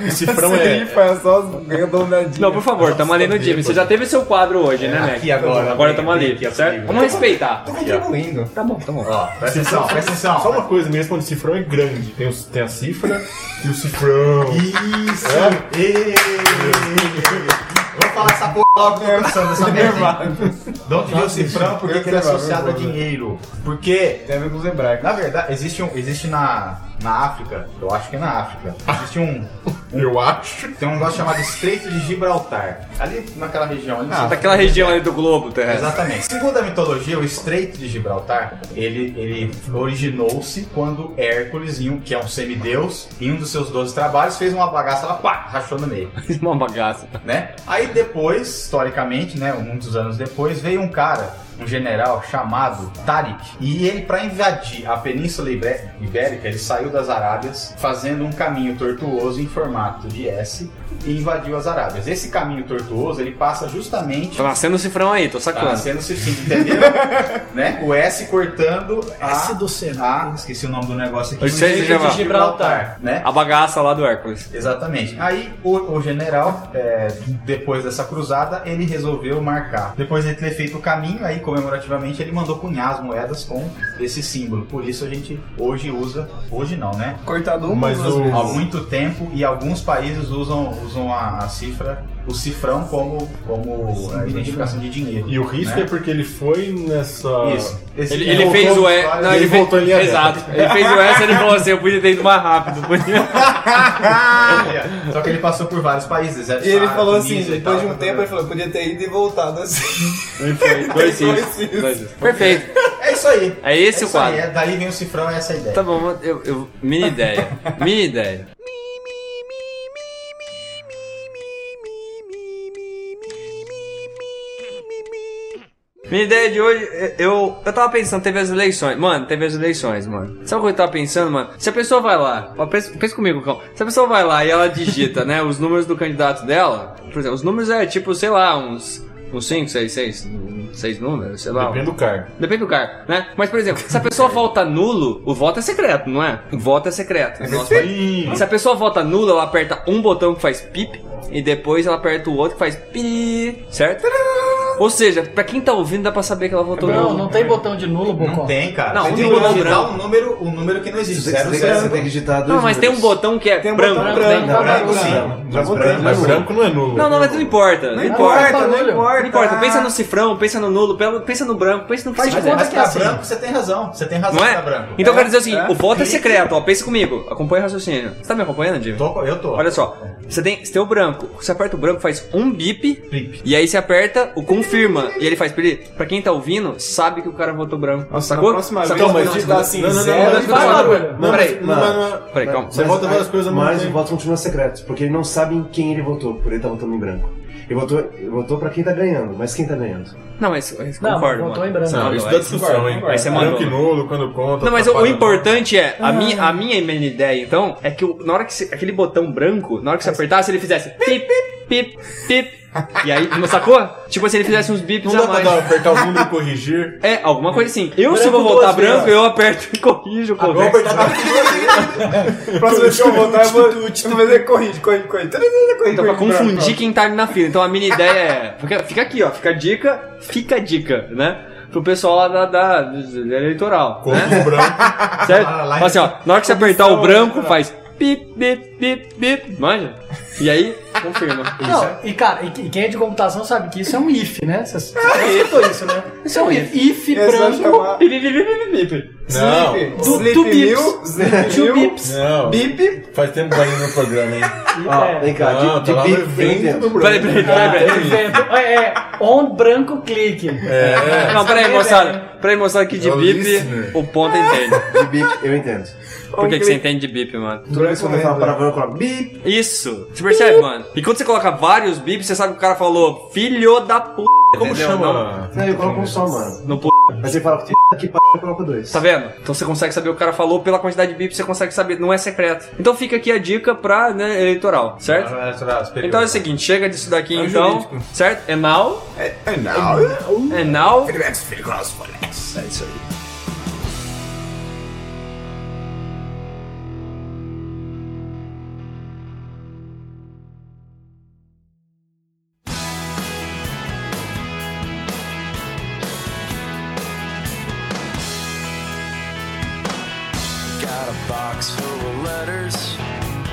E cifrão é. Serifa, só redondadinho. Não, por favor, tamo ali no Jimmy. Você já teve seu quadro hoje, né, Mac? aqui agora. Agora tamo ali, Aqui, aqui, certo? aqui. Vamos respeitar. Tô contribuindo. Tá bom, tá bom. Ó, presta atenção, presta atenção. Só um uma coisa, me responde, cifrão é grande. Tem, os, tem a cifra e o cifrão. Isso! É? Ê! Vou falar essa porra logo que eu tô pensando nessa merda. De onde veio o cifrão? Por que que ele é associado a dinheiro? Porque, né? Tem a ver com os hebraicos. na verdade, existe, um, existe na, na África, eu acho que é na África, existe um. Eu acho. Tem um negócio chamado Estreito de Gibraltar. Ali naquela região. Ali Ah, no- Daquela Tá região ali do globo, tá? Terra. Exatamente. Segundo a mitologia, o Estreito de Gibraltar, ele, ele originou-se quando Hércules, em um- que é um semideus, em um dos seus 12 trabalhos, fez uma bagaça lá, pá, rachou no meio, é Uma bagaça. Tá né? Aí depois, historicamente, né, muitos anos depois, veio um cara, um general chamado Tarik, e ele para invadir a Península Ibé- Ibérica, ele saiu das Arábias, fazendo um caminho tortuoso em formato de S, e invadiu as Arábias. Esse caminho tortuoso, ele passa justamente Tá nascendo o cifrão aí, tô Tá sacando. nascendo o cifrinho, entendeu? né? O S cortando a... S do né? C. A, esqueci o nome do negócio aqui. é O C de Gibraltar. né? A bagaça lá do Hércules. Exatamente. Aí o, o general, é, depois dessa cruzada, ele resolveu marcar. Depois de ter feito o caminho, aí comemorativamente ele mandou cunhar as moedas com esse símbolo. Por isso a gente hoje usa, hoje não, né? Cortado um Mas duas o- vezes. Há muito tempo e alguns países usam, usam a, a cifra, o cifrão como, como né? a identificação de dinheiro. E o risco né? é porque ele foi nessa. Isso. Esse Ele, que é ele o fez ponto o E. Não, de história. ele ele fez, voltou em linha reta. Exato. Ele fez o S e ele falou assim: eu podia ter ido mais rápido. podia- é, Só que ele passou por vários países. é E ele Ah, falou assim, depois tá, de um tempo, ele falou, podia ter ido e voltado assim. Dois Dois cis. cis. Dois cis. Perfeito. É isso aí. É esse o isso aí, quadro. é- daí vem o cifrão e essa ideia. Tá bom, eu, eu, mini ideia. Mini ideia. Minha ideia de hoje, é- eu, eu tava pensando, teve as eleições. Mano, teve as eleições, mano. Sabe o que eu tava pensando, mano? Se a pessoa vai lá, ó, pensa, pensa comigo, cão. Se a pessoa vai lá e ela digita, né, os números do candidato dela, por exemplo, os números é tipo, sei lá, uns uns 5, 6, 6, 6 números, sei lá. Depende do cargo. Depende do cargo, né? Mas, por exemplo, se a pessoa vota nulo, o voto é secreto, não é? O voto é secreto. Sim. Se a pessoa vota nulo, ela aperta um botão que faz pip e depois ela aperta o outro que faz pi, certo? Ou seja, pra quem tá ouvindo, dá pra saber que ela votou Não, nulo. não tá. tem botão de nulo, Não Bocó. tem, cara. Não, Você um tem número que digitar branco. um número, um número que não existe. Você tem, Zero, que, você zero. tem que digitar dois Não, mas tem um números. botão que é Tem um branco. botão branco, branco, branco, branco, branco, sim. Já Mas votei. branco, mas branco não é nulo. Não, não, mas não importa. Não Não importa. importa, não importa. Não importa, pensa no cifrão, pensa no nulo, pensa no branco, pensa no que Faz você de quiser. conta Mas que é pra assim. branco, você tem razão. Você tem razão Não pra é? branco. Então eu É, quero dizer o seguinte, é. o voto é secreto, ó, pensa comigo, acompanha o raciocínio. Você tá me acompanhando, Jimmy? Tô- um eu tô. Olha só, você tem, você tem o branco, você aperta o branco, faz um bip, Bip. e aí você aperta o confirma, e ele faz pip. Pra quem tá ouvindo, sabe que o cara votou branco, Nossa, sacou? na próxima Sacou, vez quando mas tá a gente diga- dá assim, não, não, não, zero, mas- Faz barulho. Não, Peraí, mas- mas- Peraí, calma. Você vota várias coisas ao Mas mesmo o tempo. voto continua secreto, porque ele não sabe em quem ele votou, por ele tá votando em branco. Ele votou, ele votou pra quem tá ganhando, mas quem tá ganhando? Não, mas eu Não, concordo, votou mano. em branco. Não, Não, isso tá é- dá discussão, hein? Vai ser Branco maluco. e nulo, quando conta. Não, mas o, o atrapalha. importante é, a, minha, a minha minha ideia, então, é que o- na hora que você- aquele botão branco, na hora que você apertasse, ele fizesse pip, pip, pip. E aí, não sacou? Tipo, se ele fizesse uns bips Não a dá mais. pra dar- apertar o mundo e corrigir. É, alguma coisa assim. Eu, se Branco eu vou votar duas vezes. branco, eu aperto e corrijo, Vou correto. apertar Próxima vez que eu voltar, eu vou eu vou fazer corrige, corrige, corrige. Corrige, Então, pra corrige, confundir quem tá ali na fila. Então, a minha ideia é. Fica, fica aqui, ó. Fica a dica, fica a dica, né? Pro pessoal lá da, da- da eleitoral. Conta o tá? branco. Certo? Lá, lá, Fala assim, ó, na hora que você apertar o branco, faz pip, pip, pip, pip, manja. E aí, confirma. Não, e cara, e que- e quem é de computação sabe que isso é um if, né? Você você escutou isso, né? Isso é um if. If Esse vai branco chamar Pip, pip, pip, pip, pip. Não. Sleep. Do- Sleep do Mill, Sleep to Mill, bips. Não. Bip. Faz tempo que vai no programa, hein? Ó, É. vem cá, Não, de, tá de lá no bico tem evento tempo. do branco. Peraí, peraí, peraí, peraí. Exemplo, Tá é, é on branco clique. É. Não, peraí, moçada. Peraí, moçada, que de É o bip listener. o ponto entende. De bico, eu entendo. Por que, que você entende de bip, mano? Toda vez que eu vou falar uma palavra, eu coloco bip. Isso. Você percebe, mano? E quando você coloca vários bips, você sabe que o cara falou, filho da p. Como entendeu? Não, chama? Não, eu coloco um só, mano. No p. Mas ele fala que tem que p***, eu coloco dois. Tá vendo? Então você consegue saber o cara falou pela quantidade de bips, você consegue saber. Não é secreto. Então fica aqui a dica pra né, eleitoral, certo? Então é o seguinte, chega disso daqui então, certo? É now, É, não. é now.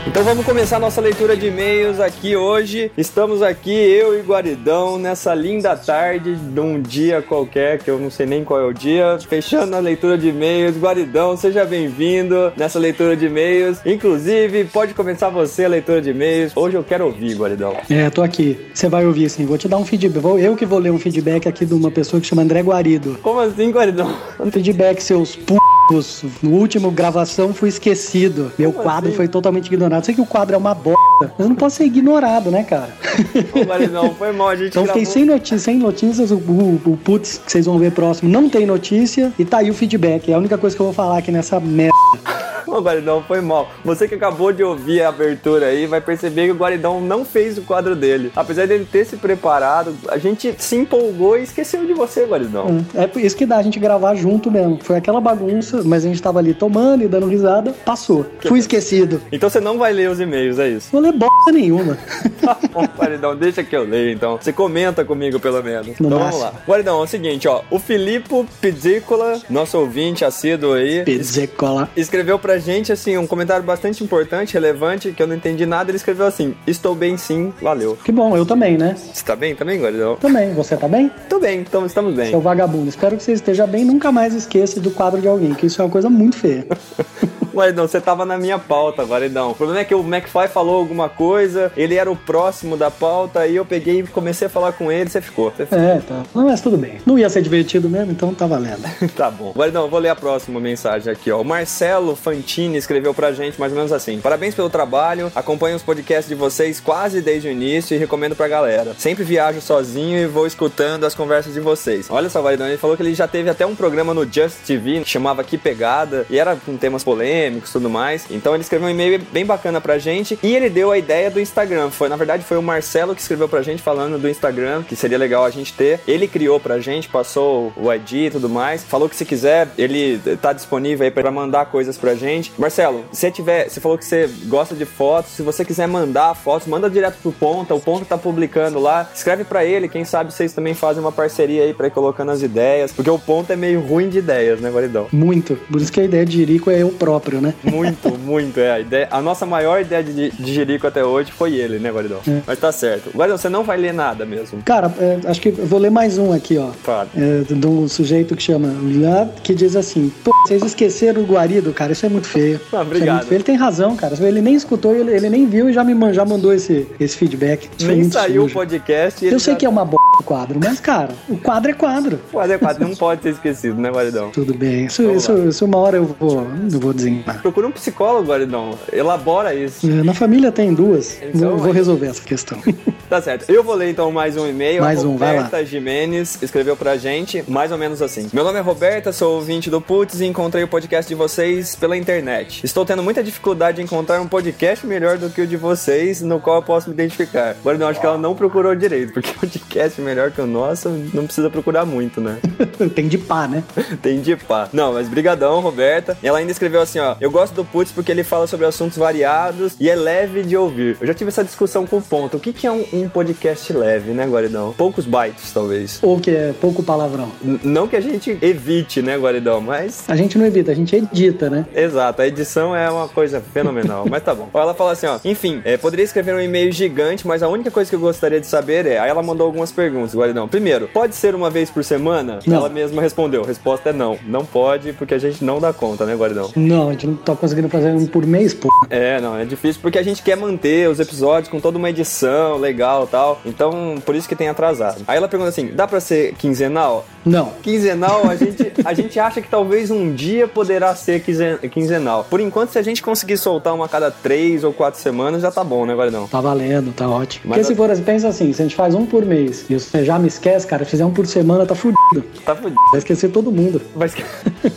Então vamos começar nossa leitura de e-mails aqui hoje. Estamos aqui, eu e Guaridão, nessa linda tarde de um dia qualquer, que eu não sei nem qual é o dia. Fechando a leitura de e-mails. Guaridão, seja bem-vindo nessa leitura de e-mails. Inclusive, pode começar você a leitura de e-mails. Hoje eu quero ouvir, Guaridão. É, tô aqui. Você vai ouvir sim. Vou te dar um feedback. Vou- eu que vou ler um feedback aqui de uma pessoa que chama André Guarido. Como assim, Guaridão? Um feedback, seus p. No último gravação fui esquecido. Meu assim? quadro foi totalmente ignorado. Sei que o quadro é uma bosta. Eu não posso ser ignorado, né, cara? Ô, Guaridão, foi mal, a gente Então fiquei sem notícias, sem notícias. O, o, o putz que vocês vão ver próximo não tem notícia. E tá aí o feedback. É a única coisa que eu vou falar aqui nessa merda. Ô, Guaridão, foi mal. Você que acabou de ouvir a abertura aí vai perceber que o Guaridão não fez o quadro dele. Apesar dele ter se preparado, a gente se empolgou e esqueceu de você, Guaridão. É por isso que dá a gente gravar junto mesmo. Foi aquela bagunça, mas a gente tava ali tomando e dando risada. Passou. Fui esquecido. Então você não vai ler os e-mails, é isso? Não vou ler bosta nenhuma. Tá bom, Guaridão, deixa que eu leio então. Você comenta comigo pelo menos. No então vamos máximo. lá. Guaridão, é o seguinte, ó. O Filipe Pizzicola, nosso ouvinte assíduo aí, Pizzecola. escreveu pra gente, assim, um comentário bastante importante, relevante, que eu não entendi nada. Ele escreveu assim: Estou bem sim, valeu. Que bom, eu também, né? Você tá bem também, Guaridão? Também. Você tá bem? Tô bem, então estamos bem. Seu vagabundo. Espero que você esteja bem. Nunca mais esqueça do quadro de alguém, que isso é uma coisa muito feia. Guaridão, você tava na minha pauta, Guaridão. O problema é que o McFly falou alguma coisa, ele era o próximo da pauta, aí eu peguei e comecei a falar com ele, você ficou. Você ficou. É, tá. Não, mas tudo bem. Não ia ser divertido mesmo, então tá valendo. tá bom. Guaridão, eu vou ler a próxima mensagem aqui, ó. O Marcelo Fantini escreveu pra gente mais ou menos assim: Parabéns pelo trabalho, acompanho os podcasts de vocês quase desde o início e recomendo pra galera. Sempre viajo sozinho e vou escutando as conversas de vocês. Olha só, Guaridão, ele falou que ele já teve até um programa no Just TV que chamava Que Pegada e era com temas polêmicos. polêmicos e tudo mais. Então ele escreveu um e-mail bem bacana pra gente e ele deu a ideia do Instagram. Foi, na verdade, foi o Marcelo que escreveu pra gente falando do Instagram, que seria legal a gente ter. Ele criou pra gente, passou o ID e tudo mais. Falou que se quiser, ele tá disponível aí pra mandar coisas pra gente. Marcelo, se tiver, você falou que você gosta de fotos, se você quiser mandar fotos, manda direto pro Ponta, o Ponta tá publicando lá. Escreve pra ele, quem sabe vocês também fazem uma parceria aí pra ir colocando as ideias, porque o Ponta é meio ruim de ideias, né, Guaridão? Muito. Por isso que a ideia de Jerico é eu próprio, né? Muito, muito, é. A, ideia- a nossa maior ideia de, de Jerico até hoje foi ele, né, Guaridão? É. Mas tá certo. Guaridão, você não vai ler nada mesmo. Cara, é, acho que eu vou ler mais um aqui, ó. Fala. É, de um sujeito que chama lá que diz assim: Pô, vocês esqueceram o Guarido, cara, isso é muito feio. Ah, obrigado. Isso é muito feio. Ele tem razão, cara. Ele nem escutou, ele, ele nem viu e já me man- já mandou esse, esse feedback. Isso foi Nem muito saiu o sujo. podcast e ele Eu sei já- que é uma b o quadro, mas, cara, o quadro é quadro. Quadro é quadro, não pode ser esquecido, né, Guaridão? Tudo bem, isso, Vamos isso, isso uma hora eu vou, eu vou desenhar. Procura um psicólogo, Guaridão. Elabora isso. Na família tem duas. Então, vou, vou mas- resolver essa questão. Tá certo. Eu vou ler então mais um e-mail. Mais A um, vai lá. Roberta Jimenez escreveu pra gente, mais ou menos assim. Meu nome é Roberta, sou ouvinte do Putz e encontrei o podcast de vocês pela internet. Estou tendo muita dificuldade de encontrar um podcast melhor do que o de vocês, no qual eu posso me identificar. Agora não, acho que ela não procurou direito, porque podcast melhor que o nosso não precisa procurar muito, né? tem de pá, né? Entendi, pá. Não, mas brigadão, Roberta. E ela ainda escreveu assim, ó. Eu gosto do Putz porque ele fala sobre assuntos variados e é leve de ouvir. Eu já tive essa discussão com o Ponto. O que, que é um, um podcast leve, né, Guaridão? Poucos bytes, talvez. Ou que é pouco palavrão. N- não que a gente evite, né, Guaridão? Mas A gente não evita, a gente edita, né? Exato, a edição é uma coisa fenomenal, mas tá bom. Ó, Ela fala assim, ó, enfim, é, poderia escrever um e-mail gigante, mas a única coisa que eu gostaria de saber é, aí ela mandou algumas perguntas, Guaridão. Primeiro, pode ser uma vez por semana? Não. Ela mesma respondeu, resposta é não, não pode, porque a gente não dá conta, né, Guaridão? Não, a gente não tá conseguindo fazer um por mês, pô. É, não, é difícil porque a gente quer manter os episódios com toda uma edição legal e tal, então por isso que tem atrasado. Aí ela pergunta assim, dá pra ser quinzenal? Não. Quinzenal, a gente, a gente acha que talvez um dia poderá ser quinzen- quinzenal. Por enquanto, se a gente conseguir soltar uma a cada três ou quatro semanas, já tá bom, né, Guaridão? Tá valendo, tá ótimo. Mas Porque eu- se for assim, pensa assim, se a gente faz um por mês e você já me esquece, cara, se fizer um por semana, tá fudido. Tá fudido. Vai esquecer todo mundo. Mas que-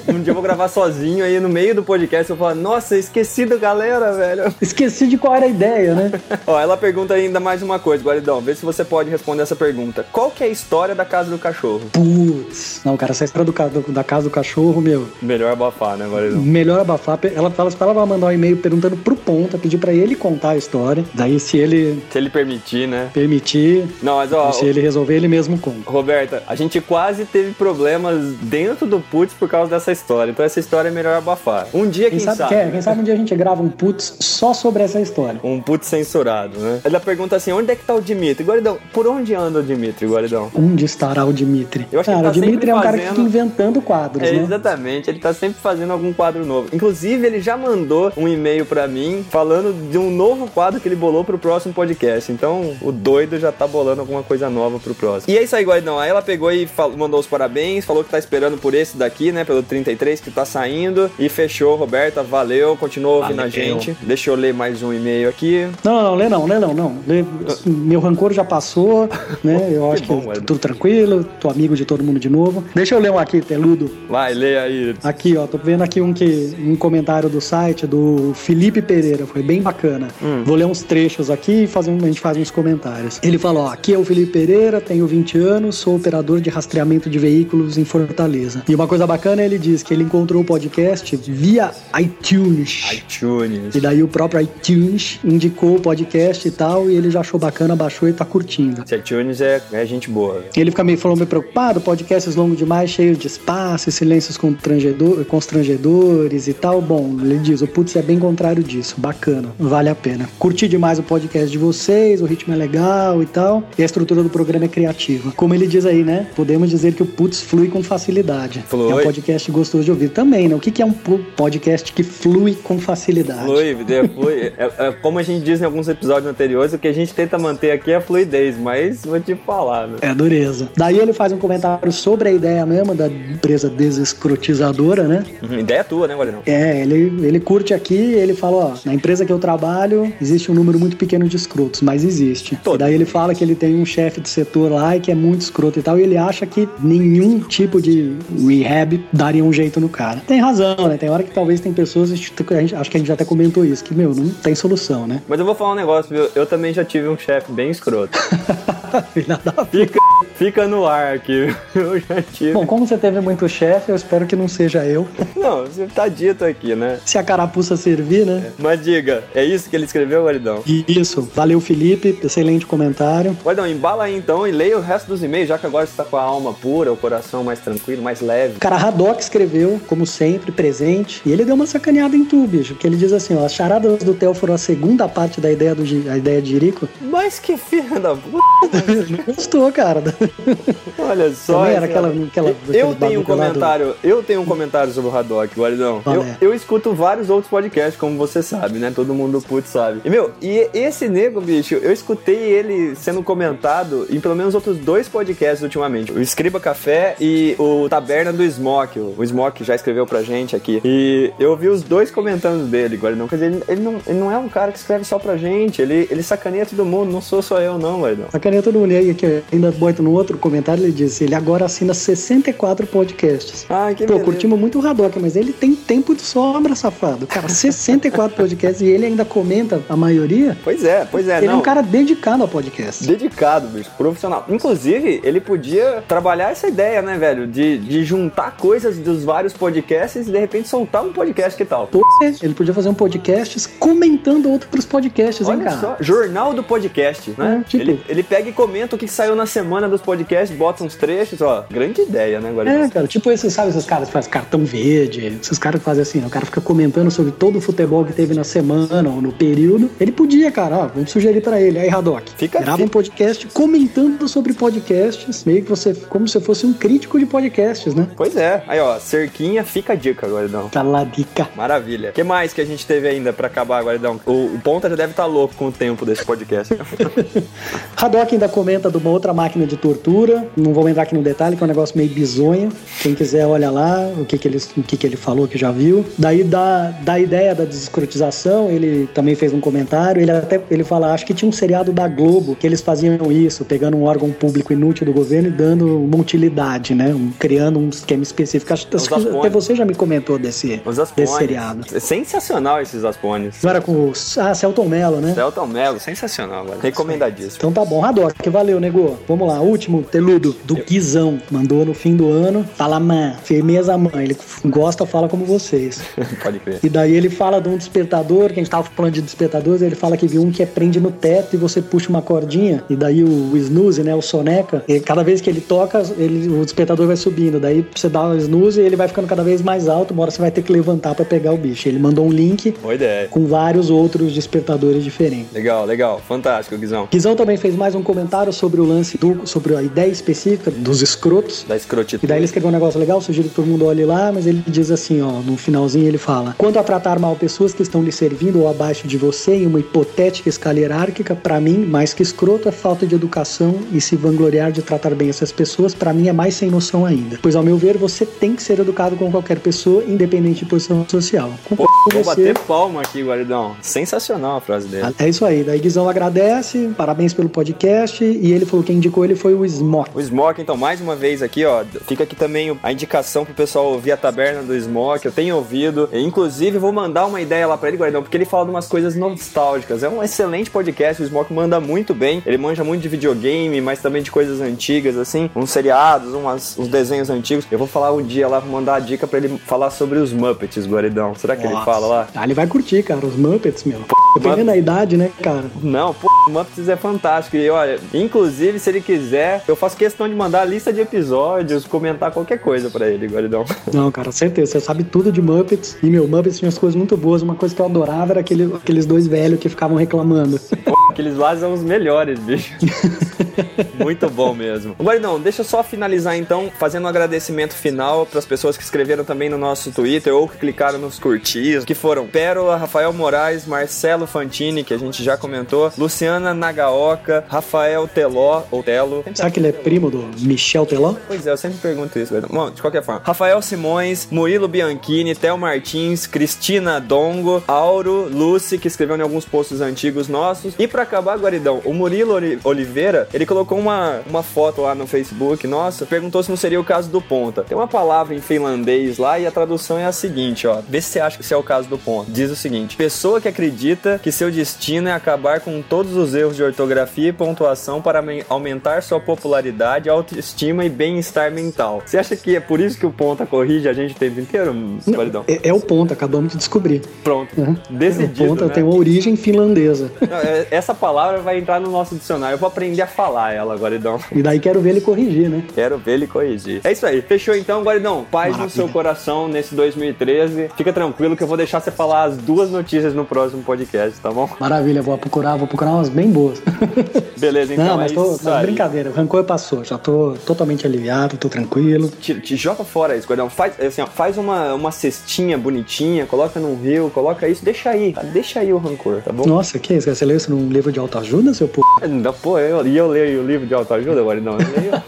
um dia eu vou gravar sozinho aí no meio do podcast eu vou falar, nossa, esqueci da galera, velho. Esqueci de qual era a ideia, né? Ó, ela pergunta ainda mais uma coisa, Guaridão, vê se você pode responder essa pergunta. Qual que é a história da casa do cachorro? Putz. Não, cara, essa história do, ca- do- da casa do cachorro, meu, Melhor abafar, né, Guaridão? melhor abafar. Pe- Ela fala ela vai mandar um e-mail perguntando pro Ponta, pedir pra ele contar a história. Daí, se ele Se ele permitir, né? permitir, Não, mas ó, se ele resolver, ele mesmo conta. Roberta, a gente quase teve problemas dentro do putz por causa dessa história. Então essa história é melhor abafar. Um dia, Quem quem, sabe, quer? Quem sabe um dia a gente grava um putz só sobre essa história. Um putz censurado, né? Ela pergunta assim: onde é que tá o Dimitri? Guaridão, por onde anda o Dimitri, Guaridão? Onde estará o Dimitri? Eu acho que ele cara, tá o Dimitri sempre é um cara que fazendo- fica inventando quadros, É, né? exatamente, ele tá sempre fazendo algum quadro novo. Inclusive, ele já mandou um e-mail pra mim falando de um novo quadro que ele bolou pro próximo podcast. Então, o doido já tá bolando alguma coisa nova pro próximo. E é isso aí, Guaridão. Aí ela pegou e falou- mandou os parabéns, falou que tá esperando por esse daqui, né? Pelo 33 que tá saindo. E fechou, Roberta. Valeu, continua ouvindo a gente. Deixa eu ler mais um e-mail aqui. Não, não, não, lê não, lê não, não. Lê- assim, meu rancor já passou, né? Eu acho que, Ah. bom, tu- Wesley. tudo tranquilo, tô amigo de todo mundo de novo. Deixa eu ler um aqui, Teludo. Vai, lê aí. Aqui, ó, tô vendo aqui um que um comentário do site do Felipe Pereira, foi bem bacana. Vou ler uns trechos aqui e fazer um- a gente faz uns comentários. Ele falou, ó, aqui é o Felipe Pereira, tenho 20 anos, sou operador de rastreamento de veículos em Fortaleza. E uma coisa bacana, ele diz que ele encontrou o podcast via iTunes. iTunes. E daí o próprio iTunes indicou o podcast e tal, e ele já achou bacana, baixou e tá curtindo. Esse iTunes é, é gente boa. Ele fica meio, falou meio preocupado, podcasts longos demais, cheios de espaço, e silêncios constrangedor- constrangedores e tal. Bom, ele diz, o putz é bem contrário disso, bacana, vale a pena. Curti demais o podcast de vocês, o ritmo é legal e tal, e a estrutura do programa é criativa. Como ele diz aí, né? Podemos dizer que o putz flui com facilidade. Flui. É um podcast gostoso de ouvir também, né? O que, que é um pu- podcast que flui com facilidade? Flui, é, flui. É- é como a gente diz em alguns episódios anteriores, o que a gente tenta manter aqui é a fluidez, mas vou te falar, né? É dureza. Daí ele faz um comentário sobre a ideia mesmo da empresa desescrotizadora, né? Uhum, Ideia tua, né, Guarinão? É, ele, ele curte aqui ele fala, ó, na empresa que eu trabalho existe um número muito pequeno de escrotos, mas existe. E Daí ele fala que ele tem um chefe de setor lá e que é muito escroto e tal, e ele acha que nenhum tipo de rehab daria um jeito no cara. Tem razão, né? Tem hora que talvez tem pessoas, a gente- a gente- acho que a gente até comentou isso, que, meu, não tem solução, né? Mas eu vou falar um negócio, viu? Eu também já tive um chefe bem escroto. fica, fica no ar aqui. Eu já tive. Bom, como você teve muito chefe, eu espero que não seja eu. Não, você tá dito aqui, né? Se a carapuça servir, né? Mas diga, é isso que ele escreveu, Guaridão? E Isso. Valeu, Felipe. Excelente comentário. Guaridão, embala aí então e leia o resto dos e-mails, já que agora você tá com a alma pura, o coração mais tranquilo, mais leve. Cara, Haddock escreveu, como sempre, presente. E ele deu uma sacaneada em tu, bicho. Porque ele diz assim, ó. As charadas do Theo foram a segunda parte da ideia, do, Gi- a ideia de Jerico. Mas que filha da puta. Gostou, cara. Olha só. Também era assim, aquela- ó. aquela- eu aquele tenho um bagulho lá do- comentário, eu tenho um comentário sobre o Haddock, Guaridão. Qual Eu, é? eu escuto vários outros podcasts, como você sabe, né? Todo mundo do putz sabe. E, meu, e esse nego, bicho, eu escutei ele sendo comentado em pelo menos outros dois podcasts ultimamente. O Escriba Café e o Taberna do Smoke. O Smoke já escreveu pra gente aqui. E eu vi os dois comentando dele, Guaridão. Quer dizer, ele, ele não, ele não é um cara que escreve só pra gente. Ele, ele sacaneia todo mundo. Não sou só eu, não, Guaridão. Sacaneia todo mundo. E aí, que ainda bota no outro comentário, ele disse, ele agora assina 64 podcasts. Ah, que Pô, beleza. curtimos muito o Haddock, mas ele tem tempo de sobra, safado. Cara, 64 podcasts e ele ainda comenta a maioria. Pois é, pois é. Ele é não. um cara dedicado ao podcast. Dedicado, bicho, profissional. Inclusive, ele podia trabalhar essa ideia, né, velho? De, de juntar coisas dos vários podcasts e de repente soltar um podcast, que tal? Pô, Ele podia fazer um podcast comentando outros podcasts, hein, Olha cara? só, jornal do podcast, né? É, tipo- ele, ele pega e comenta o que saiu na semana dos podcasts, bota uns trechos, ó. Grande ideia, né, Guarani? É, cara, tipo esses, sabe, esses caras que fazem cartão verde, esses caras que fazem assim, ó, o cara fica comentando sobre todo o futebol que teve na semana ou no período. Ele podia, cara, ó, vamos sugerir pra ele, aí, Haddock. Fica- grava um podcast comentando sobre podcasts, meio que você, como se fosse um crítico de podcasts, né? Pois é. Aí, ó, cerquinha, fica a dica, Guaridão. Tá lá, dica. Maravilha. O que mais que a gente teve ainda pra acabar, Guaridão? O, o Ponta já deve estar louco com o tempo desse podcast. né? Haddock ainda comenta de uma outra máquina de tortura. Não vou entrar aqui no detalhe, que é um negócio meio bizonho. Quem quiser, olha lá o que, que, ele, o que, que ele falou que já viu. Daí da, da ideia da desescrotização, ele também fez um comentário. Ele até ele fala: acho que tinha um seriado da Globo que eles faziam isso, pegando um órgão público inútil do governo e dando uma utilidade, né? Um- criando um esquema específico. Acho, acho que Os até aspones. você já me comentou desse, Os desse Aspones. É seriado. Sensacional esses Aspones. Não era com o ah, Celton Mello, né? Celton Mello, sensacional, velho. Recomendadíssimo. Então tá bom, Rador, que valeu, nego. Vamos lá, último teludo do Guizão. Mandou no fim do ano. Fala, man, firmeza, man. Ele gosta, fala como vocês. Pode crer. E daí ele fala de um despertador, que a gente tava falando de despertadores, ele fala que viu um que é prende no teto e você puxa uma cordinha, e daí o snooze, né, o soneca, e cada vez que ele toca, ele, o despertador vai subindo, daí você dá o snooze e ele vai ficando cada vez mais alto, uma hora você vai ter que levantar pra pegar o bicho. Ele mandou um link Boa ideia. é. com vários outros despertadores diferentes. Legal, legal. Fantástico, Guizão. Guizão também fez mais um comentário sobre o lance do, sobre a ideia específica dos escrotos. Da E escrotitude. daí ele escreveu um negócio legal, sugiro que todo mundo olhe lá, mas ele diz assim, ó, no finalzinho ele fala: "Quanto a tratar mal pessoas que estão lhe servindo ou abaixo de você em uma hipotética escala hierárquica, pra mim, mais que escroto é falta de educação e se vangloriar de tratar bem essas pessoas, pra mim é mais sem noção ainda. Pois ao meu ver, você tem que ser educado com qualquer pessoa, independente de posição social." Pô, Concordo com vou você. bater palma aqui, Guaridão. Sensacional a frase dele. É isso aí. Daí Guizão agradece, parabéns pelo podcast. E ele falou que quem indicou ele foi o Smock. O Smoke, então, mais uma vez aqui, ó. Fica aqui também a indicação pro pessoal ouvir a taberna do Smoke. Eu tenho ouvido. E, inclusive, vou mandar uma ideia lá pra ele, Guaridão, porque ele fala de umas coisas nostálgicas. É um excelente podcast. O Smoke manda muito bem. Ele manja muito de videogame, mas também de coisas antigas, assim. Uns seriados, umas- uns desenhos antigos. Eu vou falar um dia lá, vou mandar a dica pra ele falar sobre os Muppets, Guaridão. Será que ele Nossa. fala lá? Ah, ele vai curtir, cara, os Muppets, meu. Pegando a idade, né, cara? Não, pô, Muppets é fantástico. E olha, inclusive, se ele quiser, eu faço questão de mandar a lista de episódios, comentar qualquer coisa pra ele, Guaridão. Não, cara, certeza. Você sabe tudo de Muppets. E, meu, Muppets tinha as coisas muito boas. Uma coisa que eu adorava era aquele, aqueles dois velhos que ficavam reclamando. Aqueles lá são os melhores, bicho. Muito bom mesmo. Guaridão, deixa eu só finalizar então, fazendo um agradecimento final para as pessoas que escreveram também no nosso Twitter ou que clicaram nos curtis, que foram Pérola, Rafael Moraes, Marcelo Fantini, que a gente já comentou, Luciana Nagaoka, Rafael Teló, ou Telo. Será que ele é primo do Michel Teló? Pois é, eu sempre pergunto isso, Guaridão. Bom, de qualquer forma. Rafael Simões, Murilo Bianchini, Theo Martins, Cristina Dongo, Auro, Lucy, que escreveu em alguns posts antigos nossos. E pra acabar, Guaridão, o Murilo Oli- Oliveira, ele colocou uma, uma foto lá no Facebook nossa, perguntou se não seria o caso do Ponta. Tem uma palavra em finlandês lá e a tradução é a seguinte, ó. Vê se você acha que isso é o caso do Ponta. Diz o seguinte: pessoa que acredita que seu destino é acabar com todos os erros de ortografia e pontuação para aumen- aumentar sua popularidade, autoestima e bem-estar mental. Você acha que é por isso que o Ponta corrige a gente o tempo inteiro, Guaridão? É, é o ponto, acabamos de descobrir. Pronto. Né? Decidido, o ponta né? tem um- uma origem finlandesa. Não, é- Essa palavra vai entrar no nosso dicionário. Eu vou aprender a falar ela, Guaridão. E daí quero ver ele corrigir, né? Quero ver ele corrigir. É isso aí. Fechou então, Guaridão. Paz no seu coração nesse 2013. Fica tranquilo que eu vou deixar você falar as duas notícias no próximo podcast, tá bom? Maravilha, vou procurar, vou procurar umas bem boas. Beleza, então Não, mas é tô, isso mas aí. brincadeira, o rancor passou, já tô totalmente aliviado, tô tranquilo. Te, te joga fora isso, Guaridão. Faz, assim, ó, faz uma, uma cestinha bonitinha, coloca num rio, coloca isso, deixa aí, tá? deixa aí o rancor, tá bom? Nossa, que isso? cara? Você leu isso num livro de autoajuda, seu p***? Ainda, pô, eu, e eu leio o livro de autoajuda, Guaridão? Eu leio,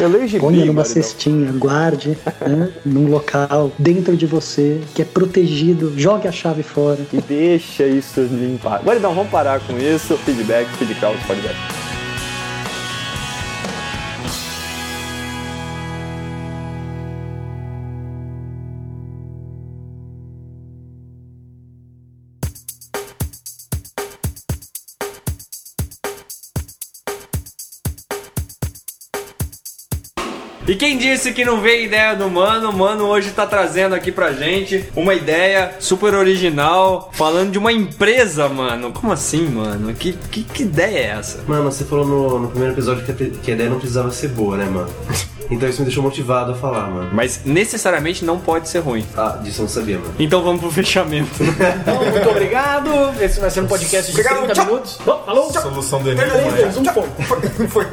eu leio gibi, então. Ponha numa Guaridão. cestinha, guarde né, num local dentro de você que é protegido, jogue a chave fora. E deixa isso limpar. Guaridão, vamos parar com isso. Feedback, feedback, feedback. E quem disse que não veio ideia do Mano, o Mano hoje tá trazendo aqui pra gente uma ideia super original, falando de uma empresa, mano. Como assim, mano? Que, que, que ideia é essa? Mano, você falou no, no primeiro episódio que a, te- que a ideia não precisava ser boa, né, mano? Então isso me deixou motivado a falar, mano. Mas necessariamente não pode ser ruim. Ah, disso eu não sabia, mano. Então vamos pro fechamento. Então, muito obrigado. Esse vai ser um podcast de Obrigado, 30 tchau. minutos. Bom, falou, tchau. Solução do Três, Enem. é dois, dois, um, foi.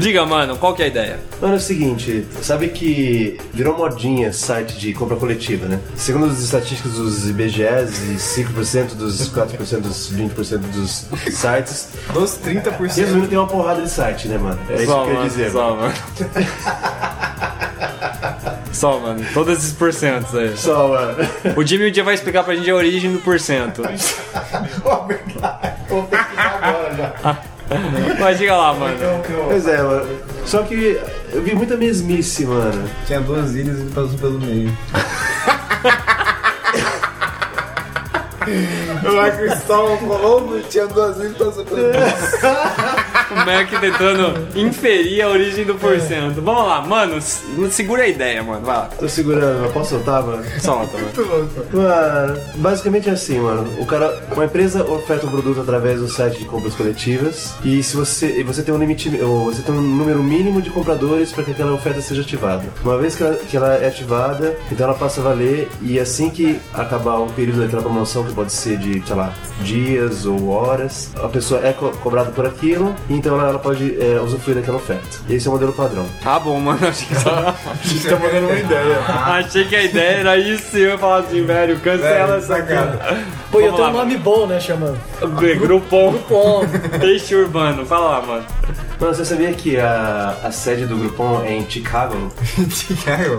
Diga, mano, qual que é a ideia? Mano, é o seguinte, sabe que virou modinha site de compra coletiva, né? Segundo as estatísticas dos IBGEs, e 5% dos 4% dos 20% dos sites. Dos 30%. Resumindo, tem uma porrada de site, né, mano? É isso que eu queria dizer. só, mano. Só, mano, todos esses porcentos aí. Só, mano. O Jimmy um dia vai explicar pra gente a origem do porcento. Mas diga lá, mano. Pois é, mano. Só que eu vi muita mesmice, mano. Tinha duas ilhas e ele passou pelo meio. O Cristóvão Colombo tinha duas ilhas pra sobreviver. O Mac tentando inferir a origem do porcento. Vamos lá, mano, se- segura a ideia, mano. Vai lá, Tô segurando, mas posso soltar, mano? solta, mano. Mano, basicamente é assim, mano. O cara, uma empresa oferta um produto através do site de compras coletivas e se você, e você tem um limite, ou você tem um número mínimo de compradores para que aquela oferta seja ativada. Uma vez que ela, que ela é ativada, então ela passa a valer e assim que acabar o período daquela promoção, que pode ser de, sei lá, dias ou horas, a pessoa é co- cobrada por aquilo e então ela, ela pode é, usufruir daquela oferta. Esse é o modelo padrão. Tá bom, mano. Achei que, só- Tá mandando uma ideia. achei que a ideia era isso e eu ia falar assim, velho, cancela essa cara. Pô, eu Vamos lá, tenho um nome bom, né, chamando? Grupom, Bom, peixe urbano. Fala lá, mano. Mano, você sabia que a, a sede do Groupon é em Chicago? Chicago.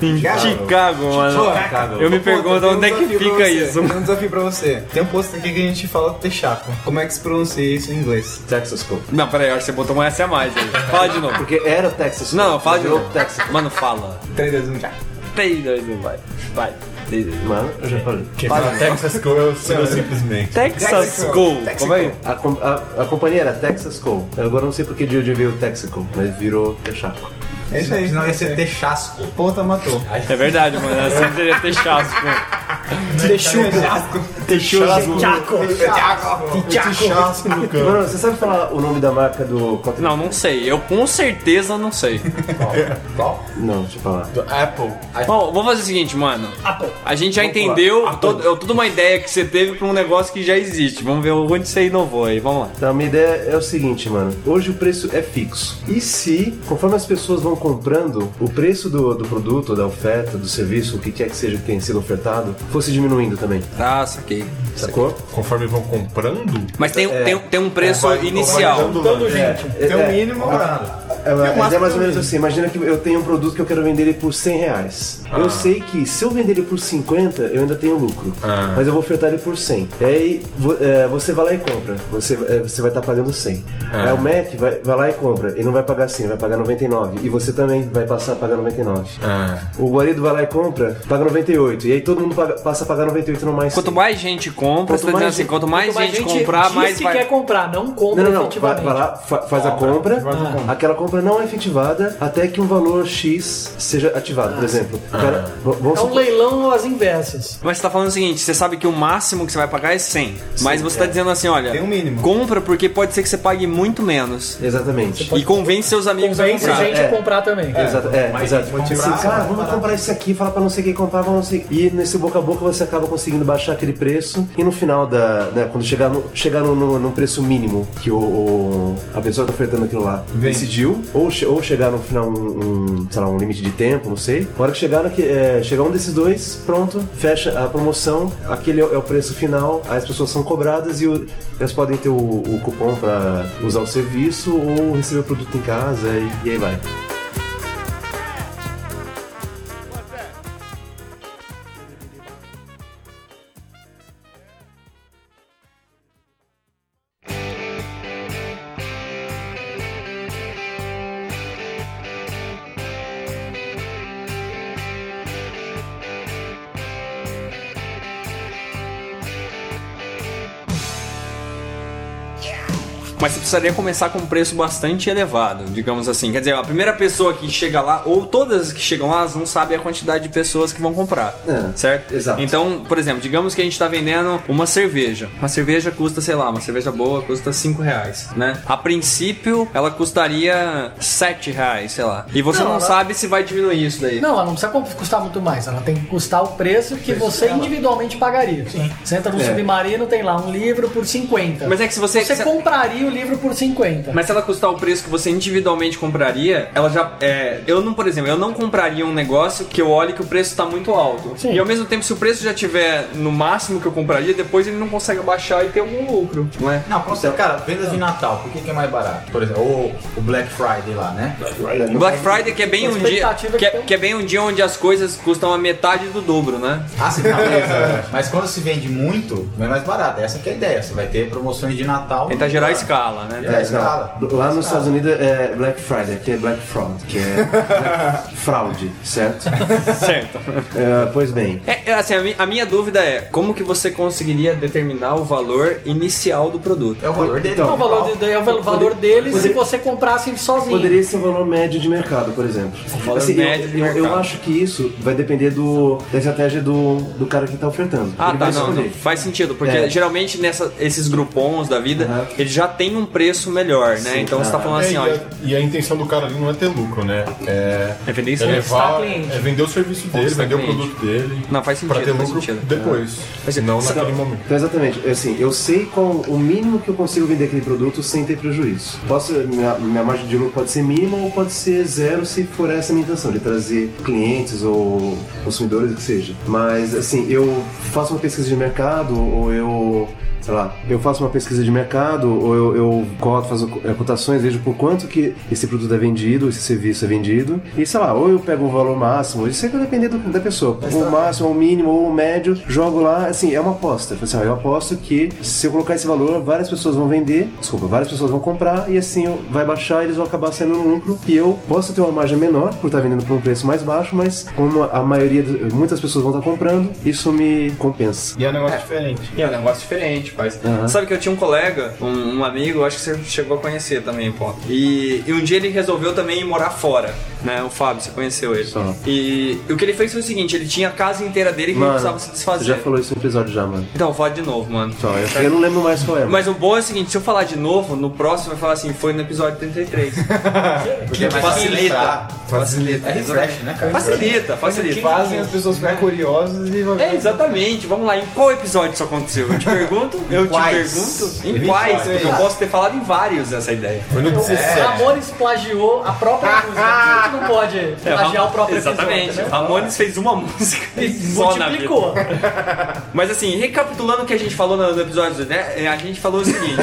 Em Chicago, mano. Chicago. Eu me pergunto pergunta onde é que fica isso. Tem um desafio pra você. Tem um post aqui que a gente fala texaco. Como é que se pronuncia isso em inglês? Texas Co. Não, peraí, eu acho que você botou um S a mais aí. Fala de novo. Porque era Texas Co. Não, fala de Virou novo. Texas Mano, fala. 3, 2, 1, já. 3, 2, 1, vai. Vai. Três, dois, um. Mano, eu já falei. Texas Co. eu sigo simplesmente. Texas Texaco. Go. Texaco. Como é? A, com- a- a companhia era Texas Co. Agora eu não sei porque de onde veio o Texas Co, mas virou Texaco. É isso aí. um Senão ia ser Texasco. Ponta matou. É verdade, mano. Assim seria ter chasco. Texugo. Texugo. Texugo. Chasco no campo. Mano, você sabe falar o nome da marca do. Não, não sei. Eu com certeza não sei. Qual? Não, deixa eu falar. Do Apple. Bom, vou fazer o seguinte, mano. A gente já entendeu todo- toda uma ideia que você teve pra um negócio que já existe. Vamos ver onde você inovou aí. Vamos lá. Tá, minha ideia é o seguinte, mano. Hoje o preço é fixo. E se, conforme as pessoas vão comprando, o preço do, do produto, da oferta, do serviço, o que quer que seja que tenha sido ofertado, fosse diminuindo também? Ah, saquei. Sacou? é? Conforme vão comprando. Mas tem, É. tem, tem um preço Ou vai- inicial. ou vai dando, né? É, Tem um é, mínimo horário. É, mas máximo é mais ou que eu menos assim, imagina que eu tenho um produto que eu quero vender ele por 100 reais. Eu sei que se eu vender ele por 50, eu ainda tenho lucro. Ah. Mas eu vou ofertar ele por 100. E aí vo- é, você vai lá e compra. Você, é, você vai estar pagando 100. Ah. Aí o Mac vai, vai lá e compra. Ele não vai pagar 100, vai pagar 99. E você também vai passar a pagar 99. Ah, O Guarido vai lá e compra, paga 98. E aí todo mundo paga- passa a pagar 98 no mais. Quanto 100. mais gente compra, Quanto você tá dizendo mais assim, gente- quanto mais Quanto gente, comprar, diz mais que vai. quer comprar, não compra Não, não, não. Vai, efetivamente. Ah. vai lá, fa- faz a compra. Aquela compra não é efetivada até que um valor X seja ativado, por exemplo. O Cara, v- vamos Ah, É um supor- leilão às inversas. Mas você tá falando o seguinte, você sabe que o máximo que você vai pagar é 100. mas você tá dizendo assim, olha, Tem um mínimo. compra porque pode ser que você pague muito menos. Exatamente. E convence seus amigos Convence a a comprar. gente é. a comprar também. Exato, é, exato. comprar, Assim, cara, comprar. vamos comprar isso aqui, fala pra não sei quem comprar, vamos não sei. E nesse boca a boca você acaba conseguindo baixar aquele preço. E no final da. né, quando chegar no, chegar no, no- no preço mínimo que o, o- a pessoa que tá ofertando aquilo lá decidiu, ou, che- ou chegar no final um, um, sei lá, um limite de tempo, não sei. Na hora que chegar, no que- é, chegar um desses dois, pronto, fecha a promoção, aquele é o é o preço final, aí as pessoas são cobradas e o- elas podem ter o, o cupom pra usar o serviço ou receber o produto em casa e- e aí vai. Mas você precisaria começar com um preço bastante elevado, digamos assim. Quer dizer, a primeira pessoa que chega lá, ou todas as que chegam lá, elas não sabem a quantidade de pessoas que vão comprar. É, certo? exato. Então, por exemplo, digamos que a gente tá vendendo uma cerveja. Uma cerveja custa, sei lá, uma cerveja boa custa 5 reais, né? A princípio, ela custaria 7 reais, sei lá. E você não, Não, ela- sabe se vai diminuir isso daí. Não, ela não precisa comp- custar muito mais. Ela tem que custar o preço que você individualmente pagaria. Você entra no submarino, tem lá um livro por 50. Mas é que se você- Você se- compraria o livro por 50. Mas se ela custar o preço que você individualmente compraria, ela já. é, eu não, por exemplo, eu não compraria um negócio que eu olhe que o preço tá muito alto. Sim. E ao mesmo tempo, se o preço já tiver no máximo que eu compraria, depois ele não consegue baixar e ter algum lucro, não é? Não, com certeza. Cara, vendas de Natal, por que, que é mais barato? Por exemplo, ou o Black Friday lá, né? Black Friday que é bem A um dia expectativa é que é, que- que é bem um dia onde as coisas custam a metade do dobro, né? Ah, sim, tá, É. beleza. Mas quando se vende muito, é mais barato. Essa que é a ideia. Você vai ter promoções de Natal. Tentar gerar escala, né? É, É, não. escala. Lá nos Estados Unidos é Black Friday, aqui é Black Fraud, que é Black fraude, certo? Certo. É, pois bem, É, é, assim, a, mi- a minha dúvida é como que você conseguiria determinar o valor inicial do produto? É o valor dele. Então, Não, o valor, de, é o valor dele se você comprasse sozinho. poderia ser um valor médio de mercado, por exemplo. Assim, valor eu- médio de eu, eu mercado. acho que isso vai depender do, da estratégia do, do cara que tá ofertando. Ah, Ele tá, vai não, escolher. não. Faz sentido, porque É. geralmente nessa, esses grupons da vida, Aham. ele já tem um preço melhor, né? então você tá falando É, assim, e, ó. a, e a intenção do cara ali não é ter lucro, né? É, É vender isso? é Conquistar levar, cliente. é vender o serviço dele, Conquistar vender o cliente. produto dele. Não, faz Pra sentido, ter faz lucro sentido. Ah. depois. Faz sentido. Não Sa- naquele momento. Então, exatamente, assim, eu sei qual o mínimo que eu consigo vender aquele produto sem ter prejuízo. Posso, minha, minha margem de lucro pode ser mínima ou pode ser zero se for essa a minha intenção, de trazer clientes ou consumidores, o que seja. Mas, assim, eu faço uma pesquisa de mercado ou eu. Sei lá, eu faço uma pesquisa de mercado ou eu, eu coto, faço é, cotações, vejo por quanto que esse produto é vendido, esse serviço é vendido. E sei lá, ou eu pego o valor máximo, isso é que vai depender do- da pessoa. O máximo, o mínimo, ou o médio, jogo lá, assim, é uma aposta. Tipo Assim, ó, eu aposto que se eu colocar esse valor, várias pessoas vão vender, desculpa, várias pessoas vão comprar e assim eu- vai baixar, eles vão acabar saindo no lucro. E eu posso ter uma margem menor por estar vendendo por um preço mais baixo, mas como a maioria, do- muitas pessoas vão estar comprando, isso me compensa. E é um negócio diferente. É um negócio diferente, faz. Sabe que eu tinha um colega, um, um amigo, acho que você chegou a conhecer também, pô. E, e um dia ele resolveu também ir morar fora, né? O Fábio, você conheceu ele. E, e o que ele fez foi o seguinte: ele tinha a casa inteira dele que ele precisava se Você desfazer. já falou isso no episódio já, mano. Então, fala de novo, mano. Então, eu, eu não lembro mais qual é. mano. Mas o bom é o seguinte, se eu falar de novo, no próximo eu vou falar assim, foi no episódio 33. Porque Mas facilita. Facilita. É refresh, né, cara? Facilita, facilita. Fazem as pessoas ficarem curiosas e vão É, exatamente. Vamos lá, em qual episódio isso aconteceu? Eu te pergunto, eu te quais? pergunto. Em Em quais? quais? Porque eu posso ter falado em vários essa ideia. Foi no É. 17. Ramones É. plagiou a própria música. A gente não pode É, plagiar Ram- o próprio Exatamente. episódio, né? Ramones fez uma música E só na vida. multiplicou. Mas assim, recapitulando o que a gente falou no no episódio, né? é, A gente falou o seguinte: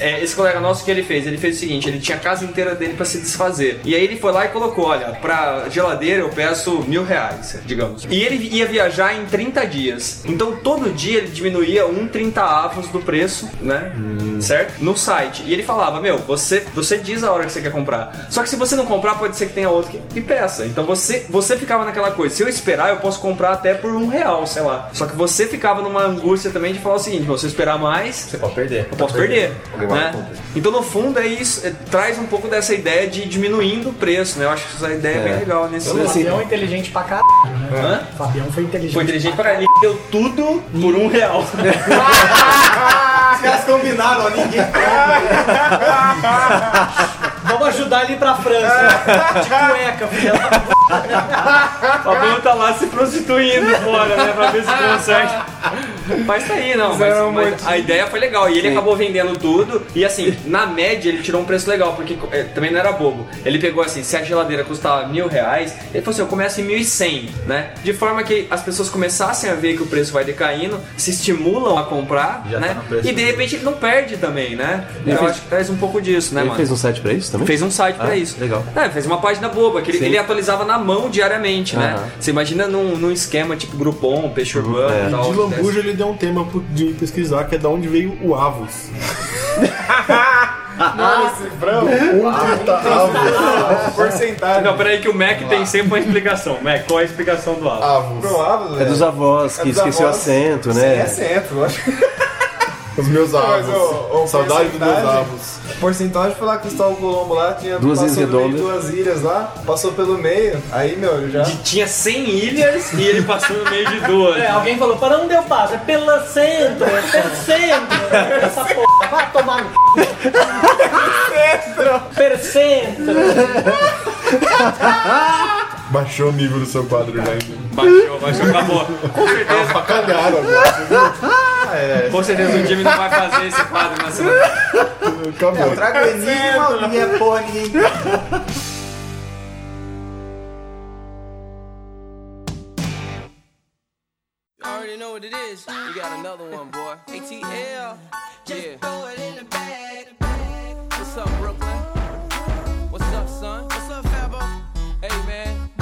é, esse colega nosso o que ele fez? Ele fez o seguinte: ele tinha a casa inteira dele pra se desfazer. E aí ele foi lá e colocou: olha, pra geladeira eu peço mil reais, digamos. E ele ia viajar em 30 dias. Então todo dia ele diminuía um 30 avos do preço, né? Certo? No site. E ele falava: meu, você, você diz a hora que você quer comprar. Só que se você não comprar, pode ser que tenha outro que, que peça. Então você, você ficava naquela coisa: se eu esperar, eu posso comprar até por um real, sei lá. Só que você ficava numa angústia também de falar o seguinte: se eu esperar mais, Você pode perder. eu posso perder. Alguém vai né? Então, no fundo, é isso. é, traz um pouco dessa ideia de diminuindo o preço, né? Eu acho que essa ideia é, bem legal nesse O assim, Fabião é inteligente pra caralho, né? Hã? O Fabião foi inteligente. Foi inteligente pra caralho. Ele deu tudo por um real. Os caras combinaram, ó, ninguém. Vamos ajudar ele ir pra França. De cueca, filha. O Fabiano tá lá se prostituindo fora, né? Pra ver se consegue. Mas tá aí, não. Mas, mas a ideia foi legal. E ele acabou vendendo tudo. E assim, na média, ele tirou um preço legal, porque é, também não era bobo. Ele pegou assim, se a geladeira custava mil reais, ele falou assim, eu começo em mil e cem, né? De forma que as pessoas começassem a ver que o preço vai decaindo, se estimulam a comprar, Já tá né? no preço e de do- repente ele não perde também, né? Eu fez- acho que traz um pouco disso, né, Ele mano? fez um site pra isso também? Fez um site pra Ah, isso. legal. É, fez uma página boba, que ele, Sim. ele atualizava na mão diariamente, né? Aham. Você imagina num, num esquema tipo Groupon, Peixe Urbano e é. tal. De que desse. lambuja ele deu um tema pro- de pesquisar, que é da onde veio o Avos. porcentagem. Não, peraí que o Mac tem sempre uma explicação. Mac, qual é a explicação do álbum? Avos. Provável, É dos avós, que dos esqueceu o avós. acento, Sim, é né? certo, lógico. Os meus Mas, Avos. ô, ô, Saudade dos meus porcentagem- Avos. Porcentagem foi lá que o Cristóvão Colombo lá tinha Duas passou ilhas pelo meio de redondas. duas ilhas lá, passou pelo meio, aí meu, eu Ah. já. De- tinha 100 ilhas e ele passou no meio de duas. É, alguém falou, para onde eu passo? É pela centro, é pelo centro. Essa porra, vai tomar no c... Per centro. Baixou o nível do seu quadro já ainda. Baixou, baixou, acabou. Com certeza, Cagaram agora. com certeza o Jimmy não vai fazer esse quadro na semana. Acabou. Traga o enigma, ninguém é porra, ninguém.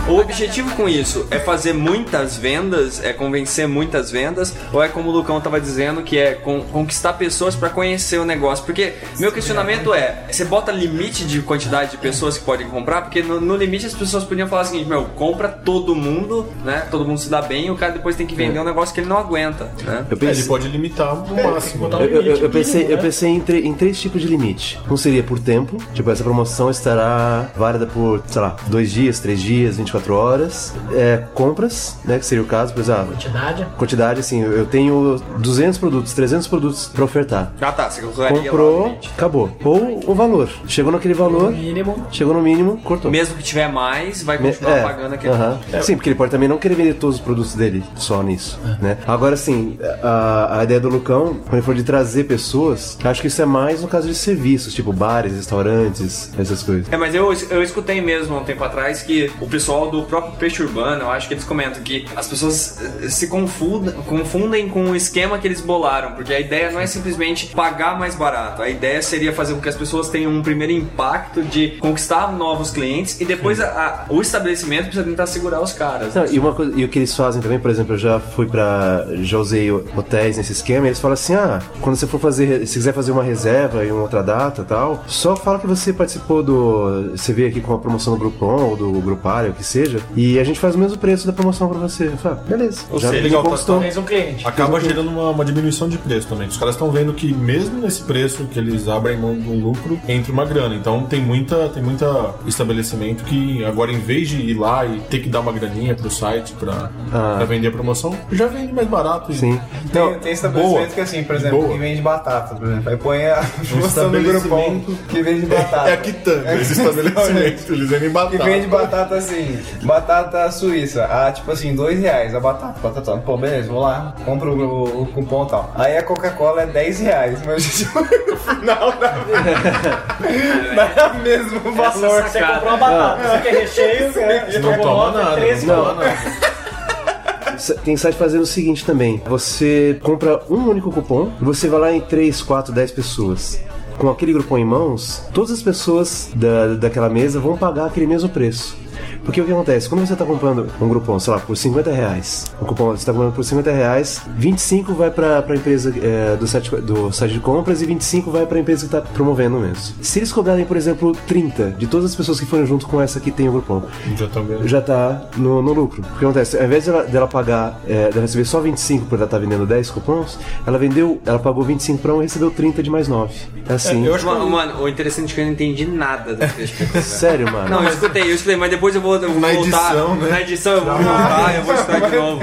O objetivo com isso é fazer muitas vendas, é convencer muitas vendas, ou é como o Lucão tava dizendo, que é con- conquistar pessoas para conhecer o negócio? Porque meu questionamento né? é, você bota limite de quantidade de pessoas que podem comprar? Porque no, no limite as pessoas podiam falar o seguinte, meu, compra todo mundo, né? Todo mundo se dá bem, e o cara depois tem que É. vender um negócio que ele não aguenta, né? Eu É, ele pensei, pode limitar no máximo. né? eu, eu- eu pensei, eu pensei em, tre- em três tipos de limite. Um seria por tempo, tipo, essa promoção estará válida por, sei lá, dois dias, três dias, 24 horas. É, compras, né, que seria o caso, por exemplo, Quantidade. ah, quantidade, assim, eu eu tenho 200 produtos, 300 produtos pra ofertar. Ah tá, você colocaria lá o Comprou, limite. acabou. Ou o valor. Chegou naquele valor, Mínimo. chegou no mínimo, cortou. Mesmo que tiver mais, vai Me- continuar é, pagando aquele... aham. Sim, porque ele pode também não querer vender todos os produtos dele só nisso, né? Agora, assim, a, a ideia do Lucão, quando ele for de trazer pessoas, acho que isso é mais no caso de serviços, tipo bares, restaurantes, essas coisas. É, mas eu, eu escutei mesmo há um tempo atrás que o pessoal do próprio Peixe Urbano, eu acho que eles comentam que as pessoas eh, se confundem, confundem com o esquema que eles bolaram, porque a ideia não é simplesmente pagar mais barato, a ideia seria fazer com que as pessoas tenham um primeiro impacto de conquistar novos clientes e depois a- a- o estabelecimento precisa tentar segurar os caras. Não, e uma coisa, e o que eles fazem também, por exemplo, eu já fui pra. já usei hotéis nesse esquema, e eles falam assim: ah, quando você for fazer, se quiser fazer uma reserva em outra data e tal, só fala que você participou do. Você veio aqui com a promoção do Groupon ou do Grupário, que seja, e a gente faz o mesmo preço da promoção pra você. Eu falo, beleza. Ou já seja, me legal, tá- conquistou. Fez um cliente. Acaba gerando uma, uma diminuição de preço também. Os caras estão vendo que mesmo nesse preço que eles abrem mão do lucro, entra uma grana. Então tem muita, tem muita estabelecimento que agora em vez de ir lá e ter que dar uma graninha pro site pra, pra vender a promoção, já vende mais barato. Ah. Sim. Tem, tem estabelecimento que assim, por exemplo, Boa. Um que vende batata, por exemplo. Aí põe a promoção do grupão estabelecimento que vende batata. É a quitanda, esse estabelecimento. Eles vendem Que batata. vende batata assim, batata suíça, a tipo assim, dois reais a batata, batata. Pô, beleza, vou lá, compro o, o cupom e tal. Aí a Coca-Cola é 10 reais, mas a gente no final da dá o mesmo valor. Você comprou uma batata, você quer recheio, você Não toma nota, nada, três não toma nada. S- Tem site fazendo o seguinte também: você compra um único cupom e você vai lá em 3, 4, 10 pessoas. Com aquele grupão em mãos, todas as pessoas da, daquela mesa vão pagar aquele mesmo preço. Porque o que acontece? Quando você está comprando um grupão, sei lá, por 50 reais, um cupom você está comprando por 50 reais, 25 vai para a empresa é, do, site, do site de compras e 25 vai para a empresa que está promovendo mesmo. Se eles cobrarem, por exemplo, 30 de todas as pessoas que foram junto com essa que tem o grupão, Já tá vendo. já tá no, no lucro. O que acontece? Ao invés dela, dela pagar, é, dela receber só 25 por ela estar vendendo 10 cupons, ela vendeu, ela pagou 25 pra um e recebeu 30 de mais 9. Assim. Eu acho que, mano, o interessante é que eu não entendi nada do que eles Sério, mano. Não, eu escutei, eu escutei, mas depois eu vou, eu vou Na voltar. edição, né? Na edição eu vou voltar, eu vou escutar de novo.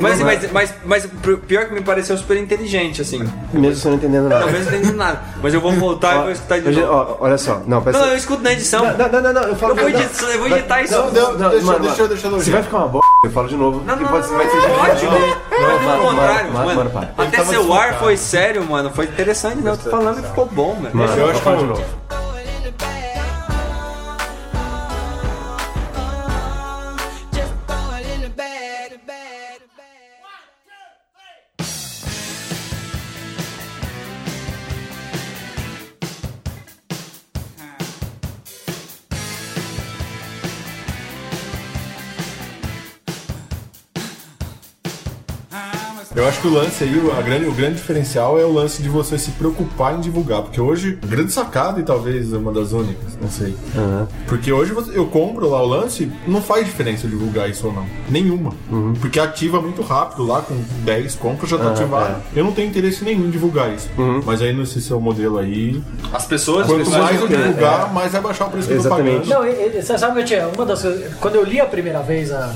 Mas, mas, mas, mas p- pior que me pareceu super inteligente, assim. Mesmo você não entendendo nada. Talvez eu não entenda nada. Mas eu vou voltar e vou escutar de Ó, novo. ó, olha só. Não, presta Não, eu escuto na edição. Não, não, não, não, eu falo Eu vou não, editar, eu vou editar isso. Não, não, não, mano, deixa- deixa- mano. deixa eu elogiar. Se vai ficar uma bosta, eu falo de novo. Não, que não, pode, não, vai não, ser não, de- ótimo. Não, Pelo mano, contrário, mano, mano. mano, para. Até tava seu ar desfocado. foi sério, mano. Foi interessante, não. Eu tô falando que ficou bom, velho. Mano, Eu acho falo que- de novo. Eu acho que o lance aí, o- a grande, o grande diferencial é o lance de você se preocupar em divulgar. Porque hoje, a grande sacada e talvez uma das únicas, não sei. Porque hoje você- eu compro lá o lance, não faz diferença eu divulgar isso ou não. Nenhuma. Porque ativa muito rápido lá, com 10 compras já tá ativado. Eu não tenho interesse nenhum em divulgar isso. Mas aí nesse seu modelo aí, As pessoas. quanto pessoas- mais eu divulgar, mais vai baixar o preço que eu tô Exatamente. pagando. Não, e- e- você sabe que eu tinha uma das coisas- Quando eu li a primeira vez a,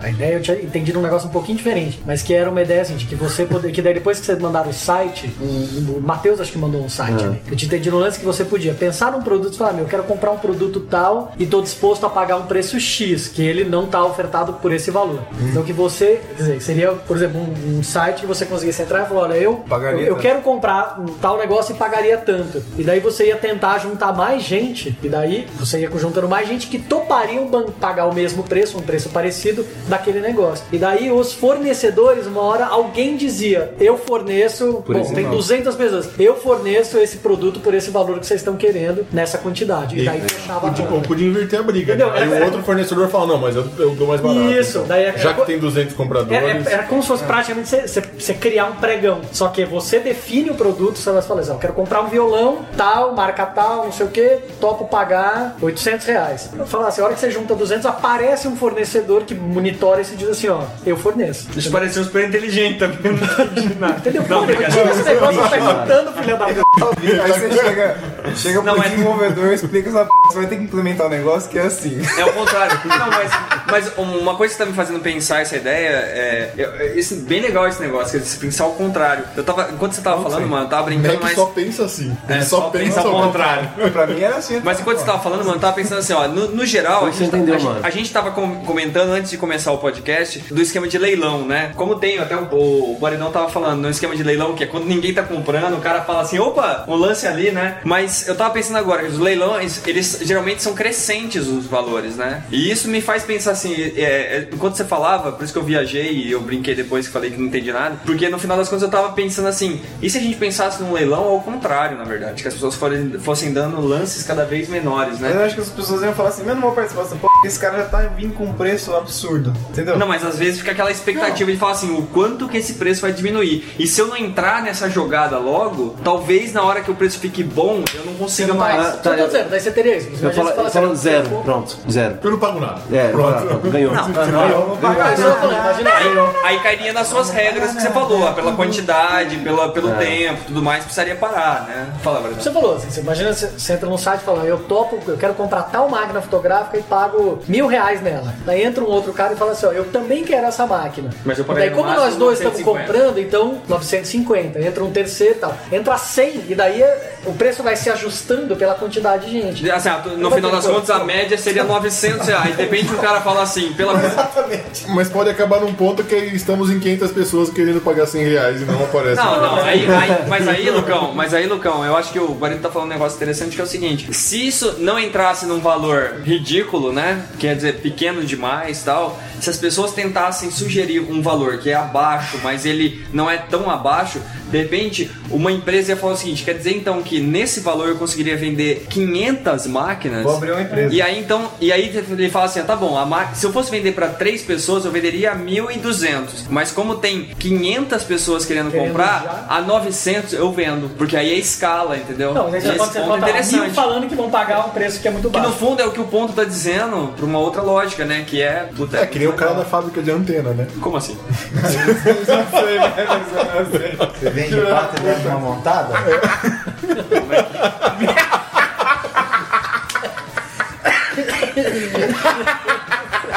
a ideia, eu tinha entendido um negócio um pouquinho diferente. Mas que era uma ideia assim, de que você poder. Que daí depois que você mandar o site, o, o Matheus acho que mandou um site, né? Eu tinha entendido um lance que você podia pensar num produto e falar, meu, eu quero comprar um produto tal e tô disposto a pagar um preço X, que ele não tá ofertado por esse valor. Então que você. Quer dizer, seria, por exemplo, um, um site que você conseguisse entrar e falar, olha, eu, Pagaria eu, eu tanto. quero comprar um tal negócio e pagaria tanto. E daí você ia tentar juntar mais gente, e daí você ia juntando mais gente que topariam ban- pagar o mesmo preço, um preço parecido daquele negócio. E daí os fornecedores, uma hora alguém dizia: Eu forneço, bom, esse tem 200 pessoas, eu forneço esse produto por esse valor que vocês estão querendo nessa quantidade. E daí fechava a Podia, conta. eu podia inverter a briga. né? Entendeu? é- Aí o outro fornecedor fala, não, mas eu, eu dou mais barato. Isso, então. daí é- Já que tem 200 compradores... Era, era- era É, como se É. fosse praticamente você- você você criar um pregão. Só que você define o produto, você vai falar assim, "Ó, eu quero comprar um violão, tal, marca tal, não sei o que, topo pagar 800 reais. Eu falo assim, a hora que você junta 200, aparece um fornecedor que monitora isso e diz assim, ó, eu forneço. Isso pareceu super inteligente também. Não entendi nada. Entendeu? Pô, eu tive esse negócio perguntando, filha da Tá, puta. Aí tá você chega, chega pro Não, é- desenvolvedor e explica essa p... Você vai ter que implementar um negócio que é assim. É o contrário. Não, mas, mas uma coisa que tá me fazendo pensar essa ideia é. eu- é- esse, bem legal esse negócio, quer dizer, pensar o contrário. Eu tava. Enquanto você tava falando, mano, eu tava O brincando, Mac mas. só pensa assim. Ele É, só, pensa ao contrário. pra mim era assim. Mas enquanto você tava falando, mano, eu tava pensando assim, ó, no, no geral, a Você gente, tá- entendeu, a gente- mano. a gente tava com- comentando antes de começar o podcast do esquema de leilão, né? Como tem, até o, o Baridão tava falando, no esquema de leilão, que é quando ninguém tá comprando, o cara fala assim, opa, o lance ali, né? Mas eu tava pensando agora, os leilões, eles geralmente são crescentes os valores, né? E isso me faz pensar assim, é, é, enquanto você falava, por isso que eu viajei e eu brinquei depois que falei que não entendi nada, porque no final das contas eu tava pensando assim, e se a gente pensasse num leilão ao contrário, na verdade, que as pessoas forem- fossem dando lances cada vez menores, né? Mas eu acho que as pessoas iam falar assim, eu não vou participar dessa p... Esse cara já tá vindo com um preço absurdo. Entendeu? Não, mas às vezes fica aquela expectativa de falar assim, o quanto que esse preço vai diminuir. E se eu não entrar nessa jogada logo, talvez na hora que o preço fique bom, eu não consiga mais. Só tô dizendo, daí você teria isso. Mas tá, Eu falo, você fala eu assim, falo zero, pô, pronto, zero. Eu não pago nada. É, Pronto. pronto, ganhou. mas eu tô falando, imagina- Aí cairia nas suas regras que você falou, ah, pela quantidade, pela, pelo tempo, tudo mais, precisaria parar, né? Fala, Bruno. Você falou assim, você imagina, você- você entra num site e fala, eu topo, eu quero comprar tal máquina fotográfica e pago mil reais nela. Daí entra um outro cara e fala assim, ó, eu também quero essa máquina. Mas eu pagaria daí no como máximo nós dois estamos 950. comprando, então 950. Entra um terceiro e tal. Entra 100 e daí é- o preço vai se ajustando pela quantidade de gente. Assim, ah, no final das contas, a média seria 900 reais. Depende do cara falar assim, pela. Mas pode acabar num ponto que estamos em 500 pessoas querendo pagar 100 reais e não né? aparece. Não, não, tá aí, aí- mas aí, Lucão, mas aí, Lucão, eu acho que o Barito tá falando um negócio interessante que é o seguinte: se isso não entrasse num valor ridículo, né? Quer dizer, pequeno demais tal, se as pessoas tentassem sugerir um valor que é abaixo, mas ele não é tão abaixo, de repente uma empresa ia falar o seguinte: quer dizer então que nesse valor eu conseguiria vender 500 máquinas? Vou abrir uma empresa. E aí então, e aí ele fala assim, ah, tá bom, a ma- se eu fosse vender pra três pessoas, eu venderia 1.200, mas como tem 500 pessoas querendo, Querendo comprar, já. a 900 eu vendo, porque aí é escala, entendeu? Não, mas Esse aí você ponto é pode ser mil interessante. falando que vão pagar um preço que é muito Que no baixo. fundo é o que o ponto tá dizendo pra uma outra lógica, né? Que é. Puta, É que nem o cara da fábrica de antena, né? Como assim? Você vende pata e leva uma montada? É.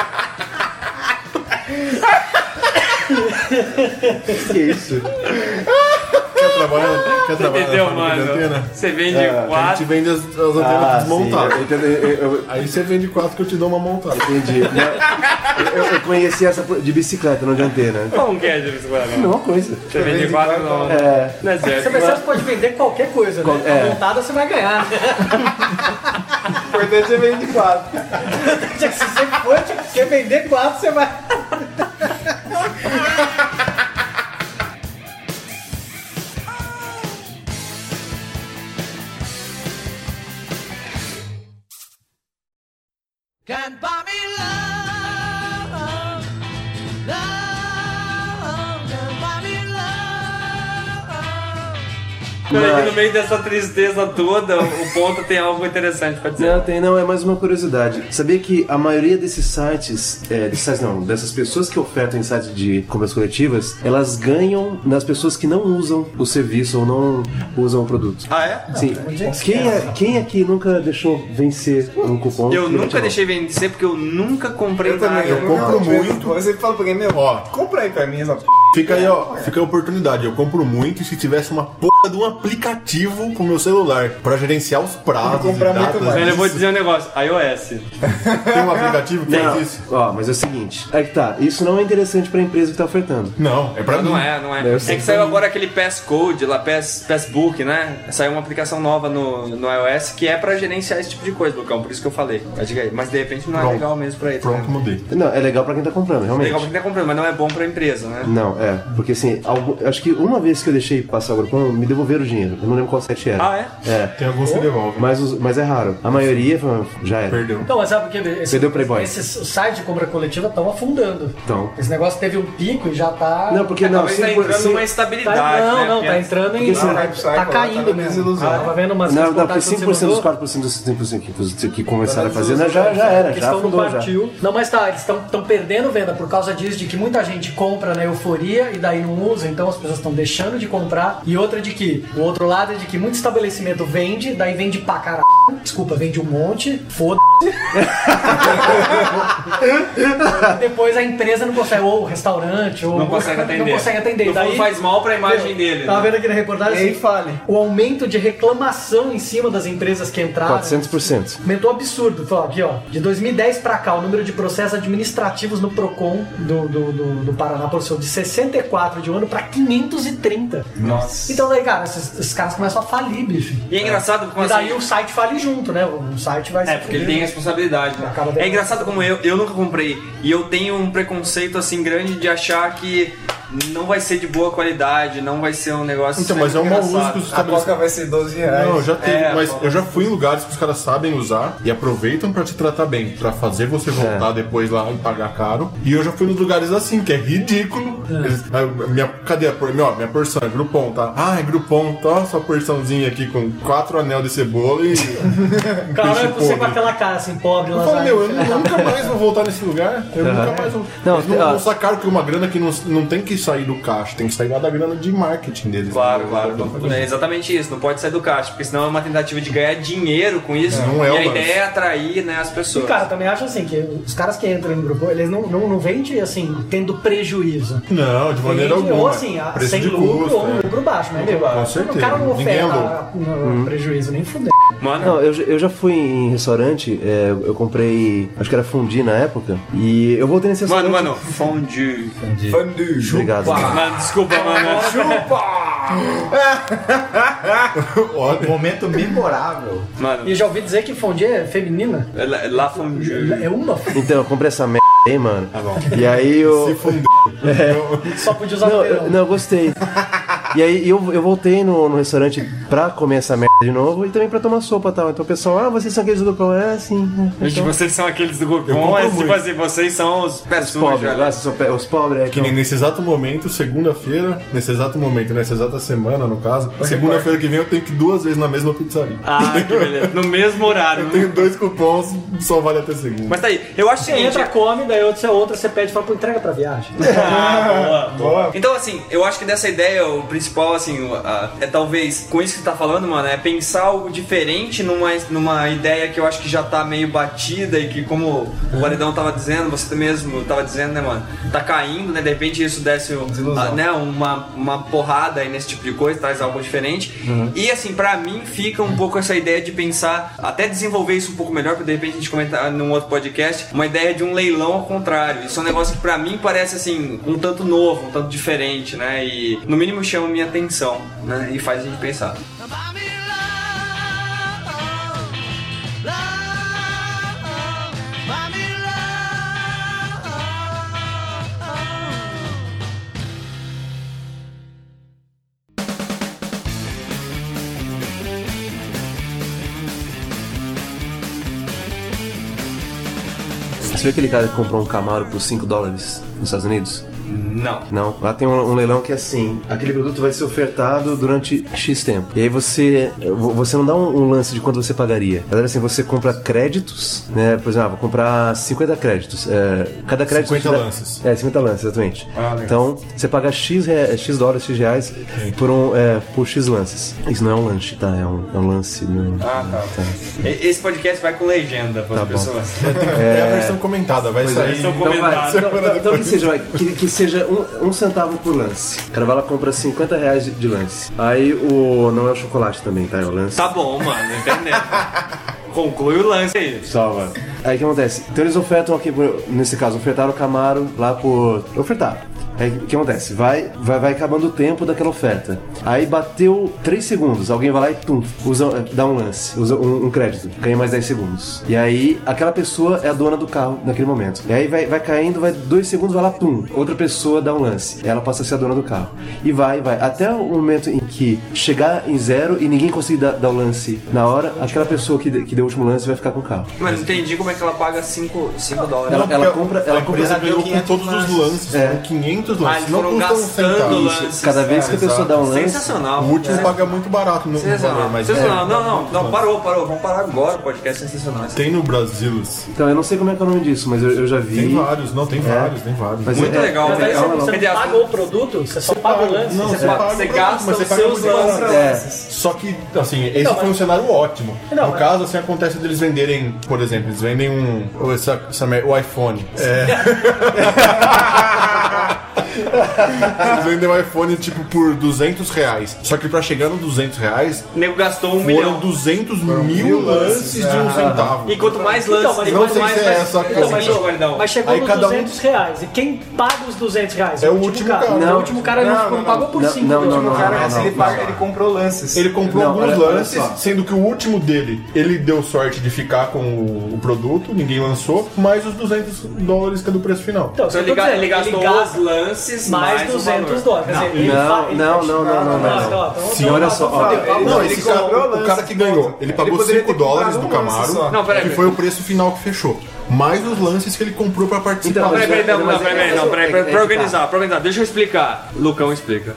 Quer trabalhar, quer trabalhar Entendeu, na fábrica de mano? antena? Você vende A gente quatro. vende as, as antenas Ah, desmontadas. sim, eu entendi, eu- eu- Aí você vende quatro que eu te dou uma montada. Entendi. Não, Eu, eu conheci essa de bicicleta, não né? de antena. Como que é de bicicleta? Não, coisa. Você vende quatro, não. É, Não é certo. Você percebe que pode vender qualquer coisa, né? é. A montada você vai ganhar. O importante é vender de quatro. Se você for, tipo, se você vender quatro, você vai. Peraí, que no meio dessa tristeza toda, o ponto tem algo interessante pra dizer. Não, tem, não, é mais uma curiosidade. Sabia que a maioria desses sites, é, desses sites não, dessas pessoas que ofertam em sites de compras coletivas, elas ganham nas pessoas que não usam o serviço ou não usam o produto. Ah, é? Sim. Quem, é, quem aqui nunca deixou vencer um cupom? Eu nunca Não. deixei vencer porque eu nunca comprei Eu nada. também, tipo, eu compro compro muito. muito. Você fala pra alguém, meu, Ó. compra aí pra mim essa p. Fica aí, ó, fica a oportunidade. Eu compro muito e se tivesse uma porra de um aplicativo com meu celular pra gerenciar os prazos. Vou comprar e datas, muito mais. Então, Velho, eu vou isso. dizer um negócio, iOS. Tem um aplicativo que Não, faz isso? ó, mas é o seguinte, é que tá, isso não é interessante pra empresa que tá ofertando. Não, é pra mim. Não é, não é. Eu É sei que que saiu não. agora aquele Passcode lá, Pass, Passbook, né? Saiu uma aplicação nova no, no iOS que é pra gerenciar esse tipo de coisa, Lucão, por isso que eu falei. Mas diga aí, mas de repente não é Pronto. legal mesmo pra ele. Pronto, né? mudei. Não, é legal pra quem tá É comprando, realmente. Legal pra quem tá comprando, mas não é bom pra empresa, né? Não, é. Porque assim, algum- acho que uma vez que eu deixei passar o grupão, me devolveram o dinheiro. Eu não lembro qual site era. Ah, é? É. Tem alguns que devolvem. Mas, os- mas é raro. A maioria foi- já era. Perdeu. Então, mas sabe por que esse, Perdeu o Playboy. esses sites de compra coletiva estão afundando. Então. Esse negócio teve um pico e já tá. Não, porque não, Talvez tá cinco- entrando cin- numa tá, estabilidade, não, né? não, Porque- tá entrando em. Porque tá, esse- Tá caindo na mesmo. desilusão. Ah, tava vendo umas Não, não, porque reportagens quando 5% dos você mandou, 4% dos 5% que, que começaram a fazer, né, já, já era, que já estão no afundou já. partiu. Não, mas tá, eles estão perdendo venda por causa disso, de que muita gente compra na euforia e daí não usa, então as pessoas estão deixando de comprar. E outra de que, o outro lado é de que muito estabelecimento vende, daí vende pra caralho. Desculpa, vende um monte, foda Depois a empresa não consegue, ou o restaurante, ou Não consegue atender. Não consegue atender. No fundo, daí, faz mal pra imagem Meu, tá dele. Tava né? vendo aqui na reportagem E aí assim, fale. o aumento de reclamação em cima das empresas que entraram. 400%. Aumentou um absurdo, Fala, aqui ó. De 2010 pra cá, o número de processos administrativos no PROCON do, do, do, do Paraná passou de 64 de um ano pra 530. Nossa. Então daí, cara, esses, esses caras começam a falir, bicho. E é engraçado como E daí assim- o site fale junto, né? O site vai É, porque ele tem responsabilidade. né? Acaba É dando- engraçado como eu, eu nunca comprei. E eu tenho um preconceito assim grande de achar que não vai ser de boa qualidade, não vai ser um negócio. Então, mas é um mau uso engraçado. que os A coca vai ser 12 reais. Não, já teve, É, mas pô. eu já fui em lugares que os caras sabem usar e aproveitam pra te tratar bem, pra fazer É. você voltar depois lá e pagar caro. E eu já fui nos lugares assim, que é ridículo. Eles- ah, minha, cadê a por- minha, ó, minha porção? É Groupon, tá? Ah, é Groupon, tá? Sua porçãozinha aqui com quatro anel de cebola e. um Cara, peixe é você com podre. aquela cara assim, pobre, Eu falo, lazarento. meu, eu nu- eu nunca mais vou voltar nesse lugar. Eu nunca mais vou. Não, Não, eles não, ah. não sacaram que uma grana que não, não tem que sair do caixa, tem que sair lá da grana de marketing deles. Claro, né? claro. Não, é exatamente isso. Não pode sair do caixa, porque senão é uma tentativa de ganhar dinheiro com isso. Não é e o a lance. ideia é atrair né, as E, pessoas. cara, eu também acho assim, que os caras que entram no grupo, eles não, não, não vendem, assim, tendo prejuízo. Não, de maneira Vende, alguma. Ou assim, a- Preço sem de lucro custo, ou um é. lucro baixo, mas meu, baixo. Com o cara certeza. não Ninguém é oferta não, prejuízo, nem fudeu. Mano, Não, eu, já- eu já fui em restaurante, é, eu comprei, acho que era fundi na época, e eu voltei nesse mano, restaurante. mano, fondue. Obrigado. Mano, desculpa, mano. Olha, Um Momento memorável. Mano, E eu já ouvi dizer que fondue é feminina. la- la fondue. É uma, Então, eu comprei essa merda aí, mano. Tá bom. E aí eu. Se fundeu. só podia usar Não, verão. eu, não, eu gostei. E aí eu, eu voltei no, no restaurante pra comer essa merda de novo e também pra tomar sopa e tal. Então o pessoal, ah, vocês são aqueles do Groupon. É, sim. é, Gente, então. vocês são aqueles do Eu Groupon, compro é, tipo muito. assim, vocês são os pé Os pobres, né? sujos. agora vocês são pe- os pobres. É, Que nem nesse exato momento, segunda-feira, nesse exato momento, nessa exata semana, no caso, segunda-feira que vem eu tenho que ir duas vezes na mesma pizzaria. Ah, que beleza. No mesmo horário. Eu tenho dois cupons, só vale até segunda. Mas tá aí, eu acho o Você seguinte. entra, come, daí outra, outra você pede e fala, pô, entrega pra viagem. Ah, boa, boa. Então, assim, eu acho que dessa ideia, o principal, assim, o- a- é talvez, com isso que tu tá falando, mano, é pensar algo diferente numa, numa ideia que eu acho que já tá meio batida e que, como o Validão tava dizendo, você mesmo tava dizendo, né, mano, tá caindo, né, de repente isso desse um- a- né, uma, uma porrada aí nesse tipo de coisa, traz algo diferente. Uhum. E, assim, pra mim fica um pouco essa ideia de pensar, até desenvolver isso um pouco melhor, pra de repente a gente comentar num outro podcast, uma ideia de um leilão ao contrário. Isso é um negócio que pra mim parece assim, um tanto novo, um tanto diferente, né? E no mínimo chama minha atenção, né? E faz a gente pensar. Você viu aquele cara que comprou um Camaro por 5 dólares nos Estados Unidos? Não. Não. Lá tem um, um leilão que é assim: aquele produto vai ser ofertado durante X tempo. E aí você vo- você não dá um, um lance de quanto você pagaria. Na verdade, assim, você compra créditos, né? Por exemplo, ah, vou comprar 50 créditos. É, cada crédito. 50 te dá- lances. É, 50 lances, exatamente. Ah, então, você paga X, re- X dólares, X reais por, um, é, por X lances. Isso não é um lanche, tá? É um, é um lance. Não, Ah, tá. E- Esse podcast vai com legenda para Tá bom. pessoas. É a versão comentada, vai sair. São Então, vai, comentários. então, então- então que seja, vai, que, que seja um, um centavo por lance. O cara vai lá e compra 50 reais de, de lance. Aí o. Não é o chocolate também, tá? É o lance. Tá bom, mano, entendeu? Conclui o lance aí. Salva. Aí o que acontece? Então eles ofertam aqui, por- nesse caso, ofertaram o Camaro lá por. Ofertaram. Aí o que acontece? Vai, vai, vai acabando o tempo daquela oferta. Aí bateu 3 segundos, alguém vai lá e tum, usa, dá um lance, usa um, um crédito, ganha mais 10 segundos. E aí aquela pessoa é a dona do carro naquele momento. E aí vai, vai caindo, vai 2 segundos, vai lá, pum, outra pessoa dá um lance. Ela passa a ser a dona do carro. E vai, vai. Até o momento em que chegar em zero e ninguém conseguir dar, dar o lance na hora, aquela pessoa que, de- que deu o último lance vai ficar com o carro. Mano, entendi como é que ela paga 5 dólares. Ela, ela compra, A ela compra empresa ganhou com todos os lances, É. com 500 Ah, lances. eles não foram custam um gastando centavo. lances. cada vez que a pessoa dá um lance. é Sensacional. O último É. paga muito barato no no valor, Sensacional. mas sensacional. é. não, não, não, parou, parou. Vamos parar agora o podcast é sensacional. Tem no Brasil, assim. Então, eu não sei como é que é o nome disso, mas eu, eu já vi. tem vários, não, tem vários, tem vários. É. Mas Muito é- legal, né? Mas aí legal. você, você Quer dizer, não paga o produto, você só paga o lance. Não, você você paga- paga Você o produto, gasta mas você os paga seus muito barato. lances. É, Só que, assim, esse Não, foi mas- um cenário ótimo. Não, no mas- caso, assim, acontece deles venderem, por exemplo, eles vendem um. ou essa- essa mer- o iPhone. É. eles vendem o iPhone, tipo, por 200 reais. Só que pra chegar no 200 reais, O nego gastou um foram milhão. 200 mil lances de um centavo. E quanto mais lance, Então, mas e não quanto sei mais se é vai- essa a Então, conta. mas, ô, Validão, Mas chegou Aí nos cada um- 200 reais. E quem paga os 200 reais? É o último cara. É Não. o último cara não, Não, não, não, pagou por não, 5 não, dólares. não, não, Cara, não, se ele não, paga, não. ele comprou lances. Ele comprou Não, alguns olha- olha lances, só. sendo que o último dele, ele deu sorte de ficar com o, o produto, ninguém lançou, mais os 200 dólares que é do preço final. Então, Então eu ele, tô ga- dizendo, ele gastou gasta os lances mais, mais mais, mais o 200 valor. dólares. Quer dizer, ele fa- Não, ele- não, não, não, não, Não, não. não, então- Sim, olha só, ó. Ele- Não, não, esse ele cara, comprou o cara que ganhou, ele pagou poderia ter 5 dólares do comprado um lance Camaro, só. Não, peraí, que peraí. foi o preço final que fechou. Mais os lances que ele comprou pra participar. Então, Peraí, peraí, não, não, Mas peraí, é- peraí, não, é- peraí, é- peraí, é- pra organizar, pra organizar, deixa eu explicar. Lucão explica.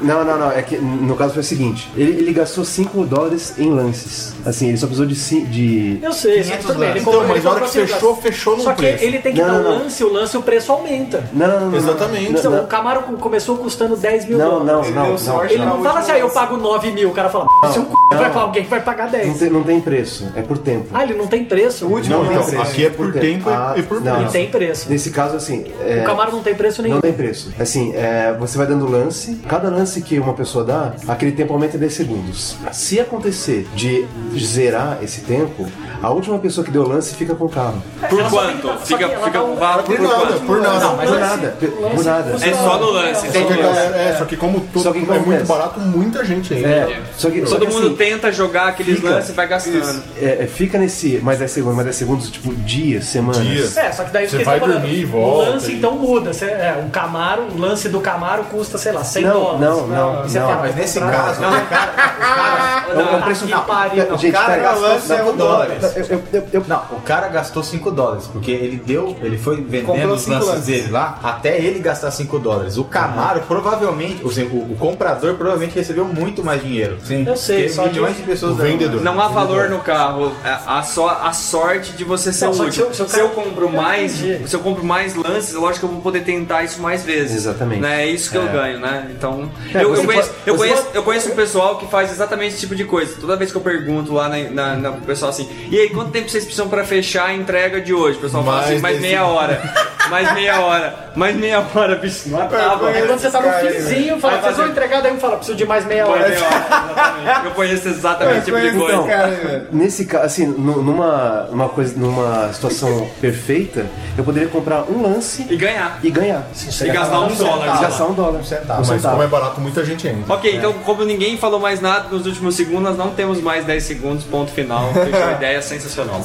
Não, não, não. É que no caso foi o seguinte: ele, ele gastou 5 dólares em lances. Assim, ele só precisou de. ci- de... Eu sei, só que tudo bem. Ele Então, comprou- mas ele a hora que comprou assim, fechou, fechou num Só que preço. ele tem que Não, dar não, o não. lance, o lance, o preço aumenta. Não, não, não, não. Exatamente. Não, Então, não, o Camaro co- começou custando 10 mil não, dólares. não, Ele não, deu não. sorte Ele na não fala assim, ah, eu pago 9 mil. O cara fala, "P***, seu c... vai não. pra alguém que vai pagar Não 10. tem, não tem preço, é por tempo. Ah, ele não tem preço? O Não, tem então, preço. aqui é por tempo e- Ah, e por não. Ele tem preço. Nesse caso, assim. é, O Camaro não tem preço nenhum. Não tem preço. Assim, é, você vai dando lance. Cada lance que uma pessoa dá, aquele tempo aumenta em 10 segundos. Se acontecer de zerar esse tempo, a última pessoa que deu lance fica com o carro. Por É, Ela só tem que quanto? dar- só Fica, que ela fica, dá um- vá por Por nada, quanto? por nada. Não, mas Por lance- nada, pe- lance por nada. custa- É só no lance, É, então. Só que a galera- é, só que como tudo Só que é muito acontece. barato, muita gente ainda. É, só que, só que Todo mundo assim, tenta jogar aqueles fica. lances e vai gastando. é, é, fica nesse mais 10 segundos, mais 10 segundos, tipo dias, semanas. Dias. então. É, só que daí Você eu esqueci vai de falar. dormir e O volta, lance e- então muda. Cê- é, o Camaro, o lance do Camaro custa, sei lá, 100 Não, dólares. não, não, E você não. fala, Mas nesse "Caralho, caso, o cara, É um- o é um tá preço que não, pariu, não, gente, cara pera, gastou não, cinco não, dólares. eu- eu- eu- eu- Não, o cara gastou 5 dólares, porque ele deu, ele foi vendendo Comprou os cinco lances lances. Ah. dele lá até ele gastar 5 dólares. O Camaro provavelmente, ou seja, o, o comprador provavelmente recebeu muito mais dinheiro. Sim. Eu sei, Porque só que- milhões de pessoas O deram vendedor. mais. Não há valor no carro, é, há só a sorte de você ser Não, só que útil. se eu- se eu- Se eu compro Eu mais, entendi. se eu compro mais lances, é lógico que eu vou poder tentar isso mais vezes. Exatamente. Né? É isso que eu ganho, né? Então, É, eu, eu você conheço, pode- eu, você conheço, pode- eu conheço um pessoal que faz exatamente esse tipo de coisa. Toda vez que eu pergunto lá na, na, na- pro pessoal assim, e aí, quanto tempo vocês precisam pra fechar a entrega de hoje? O pessoal fala Mais assim, mais dez meia hora. Mais meia hora. Mais meia hora, bicho. Matava. É quando você tá no Cara, finzinho, fala, né? Vai vocês vão fazer- entregar, daí um fala, preciso de mais meia Mais hora. meia hora, exatamente. Eu conheço exatamente esse tipo de coisa. Então, Cara, velho. nesse caso, assim, nu- numa, numa, coisa, numa situação perfeita, eu poderia comprar um lance E ganhar. e ganhar. E gastar um dólar. E gastar um dólar. Um centavo. Mas centavo. como é barato, muita gente ainda. Ok, então como ninguém falou mais nada nos últimos segundos, nós não temos mais 10 segundos, ponto final. Fechou a ideia sensacional.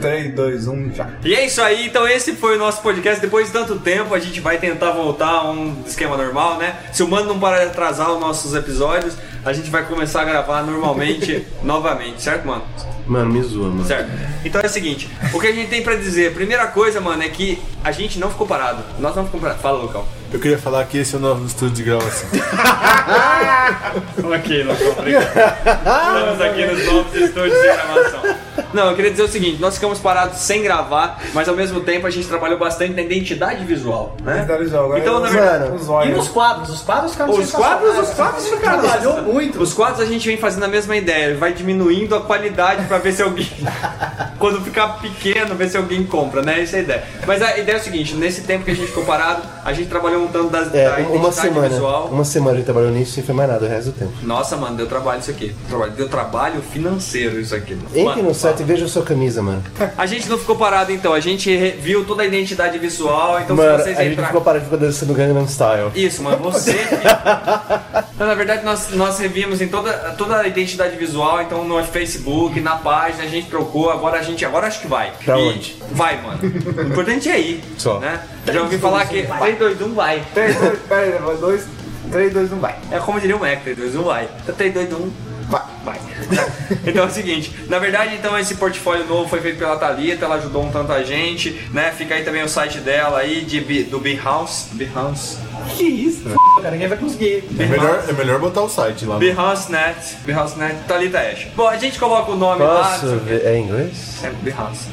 Três, dois, um, já. E é isso aí, então esse foi o nosso podcast. Depois de tanto tempo, a gente vai tentar voltar a um esquema normal, né? Se o Mano não parar de atrasar os nossos episódios, a gente vai começar a gravar normalmente novamente, certo, Mano? Mano, me zoa, mano. Certo. Então é o seguinte, o que a gente tem pra dizer, primeira coisa, mano, é que a gente não ficou parado. Nós não ficamos parados. Fala, Lucão. Eu queria falar que esse é o novo estúdio de gravação. Ok, não complica. Estamos aqui nos novos estúdios de gravação. Não, eu queria dizer o seguinte, nós ficamos parados sem gravar, mas ao mesmo tempo a gente trabalhou bastante na identidade visual, né? Dá-lhe o jogo. Então, na Agora, verdade, os E olhos. nos quadros? Os quadros ficaram os quadros, os sensacionais. quadros ficaram... Trabalhou muito. Os quadros a gente vem fazendo a mesma ideia, vai diminuindo a qualidade pra ver se alguém... Quando ficar pequeno, ver se alguém compra, né? Essa é a ideia. Mas a ideia é o seguinte, nesse tempo que a gente ficou parado, a gente trabalhou um tanto da, É, da uma identidade semana. visual. Uma semana ele trabalhou nisso e foi mais nada o resto do tempo. Nossa, mano, deu trabalho isso aqui. Trabalho- Deu trabalho financeiro isso aqui. Mano, Entre no site e veja a sua camisa, mano. A gente não ficou parado então, a gente re- viu toda a identidade visual, então mano, se a vocês gente entrarem. ficou parado e ficou dançando Gangnam Style. Isso, mano, você. Então, na verdade, nós, nós revimos em toda, toda a identidade visual, então no Facebook, na página, a gente trocou, agora a gente. Agora acho que vai. Pra E- onde? Vai, mano. O importante é ir. Só. Né? Já ouvi falar que 3, 2, 1, vai. Três, dois, pera aí, dois, três, dois, um, vai. É como diria o Mac, 3, 2, 1, vai. Então 3, 2, 1, vai. vai. então é o seguinte, na verdade, então esse portfólio novo foi feito pela Thalita, ela ajudou um tanto a gente, né? Fica aí também o site dela aí, de, Be- do Behance. Behance. Que isso, né? cara? Ninguém vai conseguir. É melhor, é melhor botar o site lá. no- Behancenet. Behancenet, Thalita Ash. Bom, a gente coloca o nome Posso lá. ver? É em inglês? É Behance.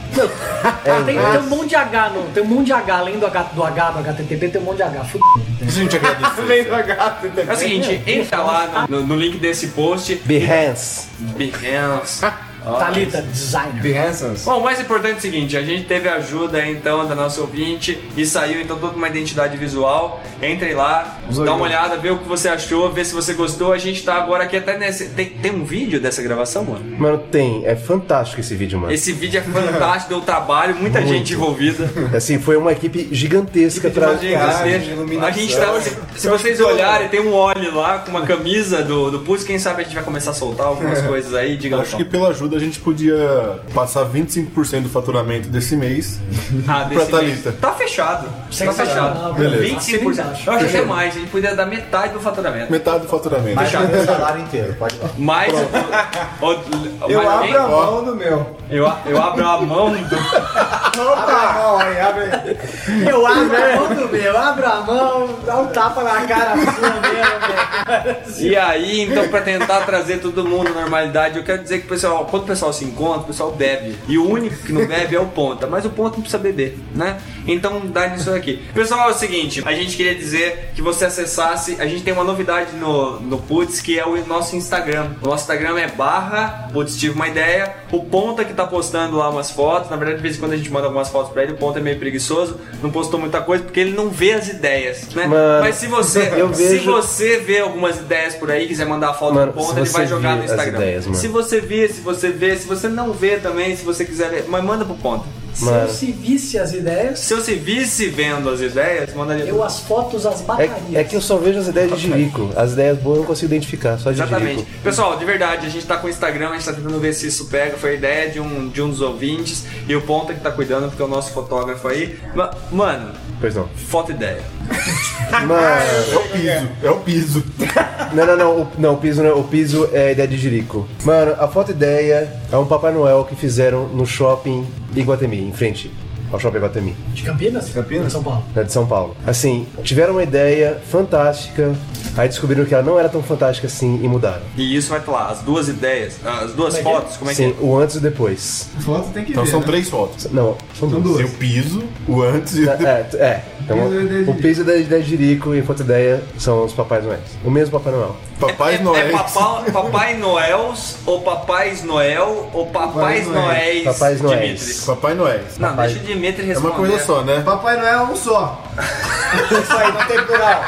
É em Tem, inglês? tem um monte de H, não. Tem um monte de H, além do H, do H, do HTTP, tem um monte de H. Fudido. Gente, agradecer. Vem da gata, entendeu? É o seguinte, entra lá no, no- no link desse post. Behance. Behance. Thalita, designer. Behance. Bom, o mais importante é o seguinte, a gente teve a ajuda então da nossa ouvinte e saiu então toda uma identidade visual. Entrem lá, dá uma olhada, vê o que você achou, vê se você gostou. A gente tá agora aqui até nesse. Tem, tem um vídeo dessa gravação, mano? Mano, tem. É fantástico esse vídeo, mano. Esse vídeo é fantástico, deu trabalho, muita gente envolvida. Assim, foi uma equipe gigantesca pra. Imagina, você- a gente tá, se, se vocês olharem, tem um óleo lá com uma camisa do, do Putz, quem sabe a gente vai começar a soltar algumas coisas aí, diga Acho que pela ajuda a gente podia passar 25% do faturamento desse mês Ah, pra desse Thalita. mês. Tá fechado. Tá fechado. Sensacional. Beleza. 25%. Eu acho que é mais, a gente podia dar metade do faturamento. Metade do faturamento. É Mais que é o meu salário inteiro, pode ir lá. Mas. Eu abro a mão do meu. eu, eu abro a mão do. Abre a mão aí, abre aí. Eu abro a mão do meu, abro a mão, dá um tapa na cara sua mesmo, velho. E aí, então, pra tentar trazer todo mundo à normalidade, eu quero dizer que o pessoal, quando o pessoal se encontra, o pessoal bebe. E o único que não bebe é o ponta. Mas o ponta não precisa beber, né? Então dá nisso aqui. Pessoal, é o seguinte, a gente queria dizer que você acessasse. A gente tem uma novidade no, no Putz, que é o nosso Instagram. O nosso Instagram é barra Putz, tive uma ideia. O ponta que tá postando lá umas fotos. Na verdade, de vez em quando a gente manda algumas fotos pra ele, o ponta é meio preguiçoso, não postou muita coisa porque ele não vê as ideias, né? Mano, Mas se você. eu se vejo- você vê algumas ideias por aí, quiser mandar a foto Mano, do ponto, se ele vai você jogar vê no as Instagram. ideias, mano. se você vê, se você vê, se você não vê também, se você quiser ver, mas manda pro ponto. Se eu se visse as ideias, Se eu se visse vendo as ideias, mandaria. eu as fotos, as É, baterias. é que eu só vejo as ideias de Jirico. As ideias boas eu não consigo identificar, só de Exatamente. Jirico. Pessoal, de verdade, a gente tá com o Instagram, a gente tá tentando ver se isso pega. Foi a ideia de um, de um dos ouvintes e o Ponta que tá cuidando, porque é o nosso fotógrafo aí. Ma- Mano, Pois não. foto ideia. Ah, É o piso, é o piso. Não, não, não. O, não, o piso, não é- o piso é a ideia de Jirico. Mano, a foto ideia é um Papai Noel que fizeram no shopping em Guatemi, em frente ao shopping Guatemi. De Campinas? Campinas. São Paulo. né, de São Paulo. Assim, tiveram uma ideia fantástica, aí descobriram que ela não era tão fantástica assim e mudaram. E isso vai estar lá, as duas ideias, as duas Como é que é? fotos, como é que Sim, o antes e o depois. Foto tem que Então ver. são né? três fotos. Não, são Tem duas. o piso, o antes e o depois. É, é, é. Então, o peso da ideia de Jerico e a foto ideia são os Papais Noel. O mesmo Papai Noel. Papai é, Noel. É papau- papai Noels, ou Papais Noel, ou Papais Papais Noel. Noéis. Papais Noéis. Dimitri. Papai Noel. Não, Papai- deixa o Dimitri É responder. uma coisa só, né? Papai Noel é um só. Isso aí, não tem plural.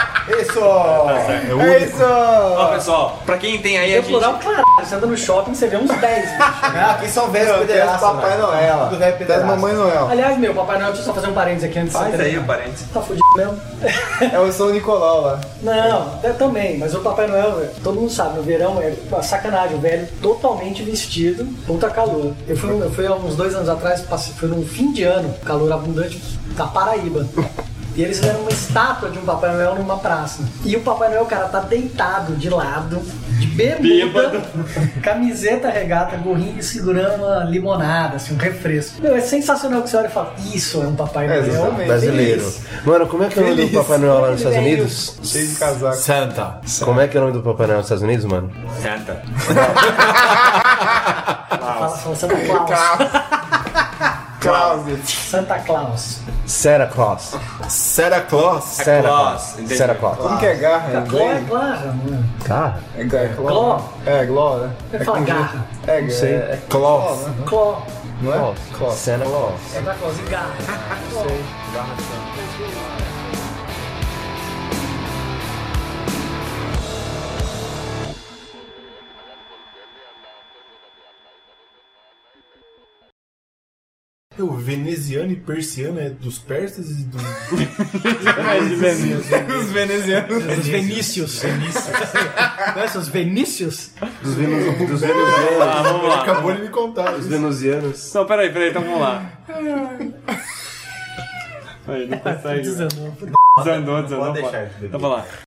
É o Isso! único. Ó, Isso! pessoal, pra quem tem aí, a gente... Tem plural, claro. Você anda no shopping, você vê uns 10. bicho. É, aqui são velhos Eu quero Papai Noel. Do rap Das pedaço. Mamãe Noel. Aliás, meu, Papai Noel, deixa eu só fazer um parênteses aqui antes de Faz você aí, terminar. parênteses. Tá fudido mesmo. É o São Nicolau lá. Não, eu também, mas o Papai Noel, velho, todo mundo sabe, no verão é uma sacanagem, o velho totalmente vestido, puta calor. Eu fui, eu fui há uns dois anos atrás, passei, fui num fim de ano, calor abundante, da Paraíba. E eles fizeram uma estátua de um Papai Noel numa praça. E o Papai Noel, cara, tá deitado de lado, de bermuda, camiseta, regata, gorrinho e segurando uma limonada, assim, um refresco. Meu, é sensacional que você olha e fala, isso é um Papai Noel. exatamente. Brasileiro. Mano, como é que é o nome do Papai Noel lá nos Estados Ele veio. Unidos? Cheio de casaco. Santa. Como é que é o nome do Papai Noel nos Estados Unidos, mano? Santa. Fala, fala Santa Claus. Krause. Santa Claus. Santa Claus. Santa Claus. Santa Claus, Claus. entendi. Santa Claus. Como que é garra? É Gló é inglês? claro, mano. Cara, É garra. Gló. É, Gló, né? Eu falo garra. É, não sei. É, é Claus. Gló, né? Cló. Não é? Claus. Santa Claus. Santa Claus e garra. O veneziano e persiano é dos persas e dos. Os venezianos. Os Venícios. Conhece os Venícios? Dos Venus- dos Venusianos. Ah, vamos lá. Acabou de me contar. Dos Venusianos. Não, peraí, peraí, então vamos lá. Aí, não consegue. Desandou. Desandou, desandou. Pode deixar, bebê. Então vamos lá.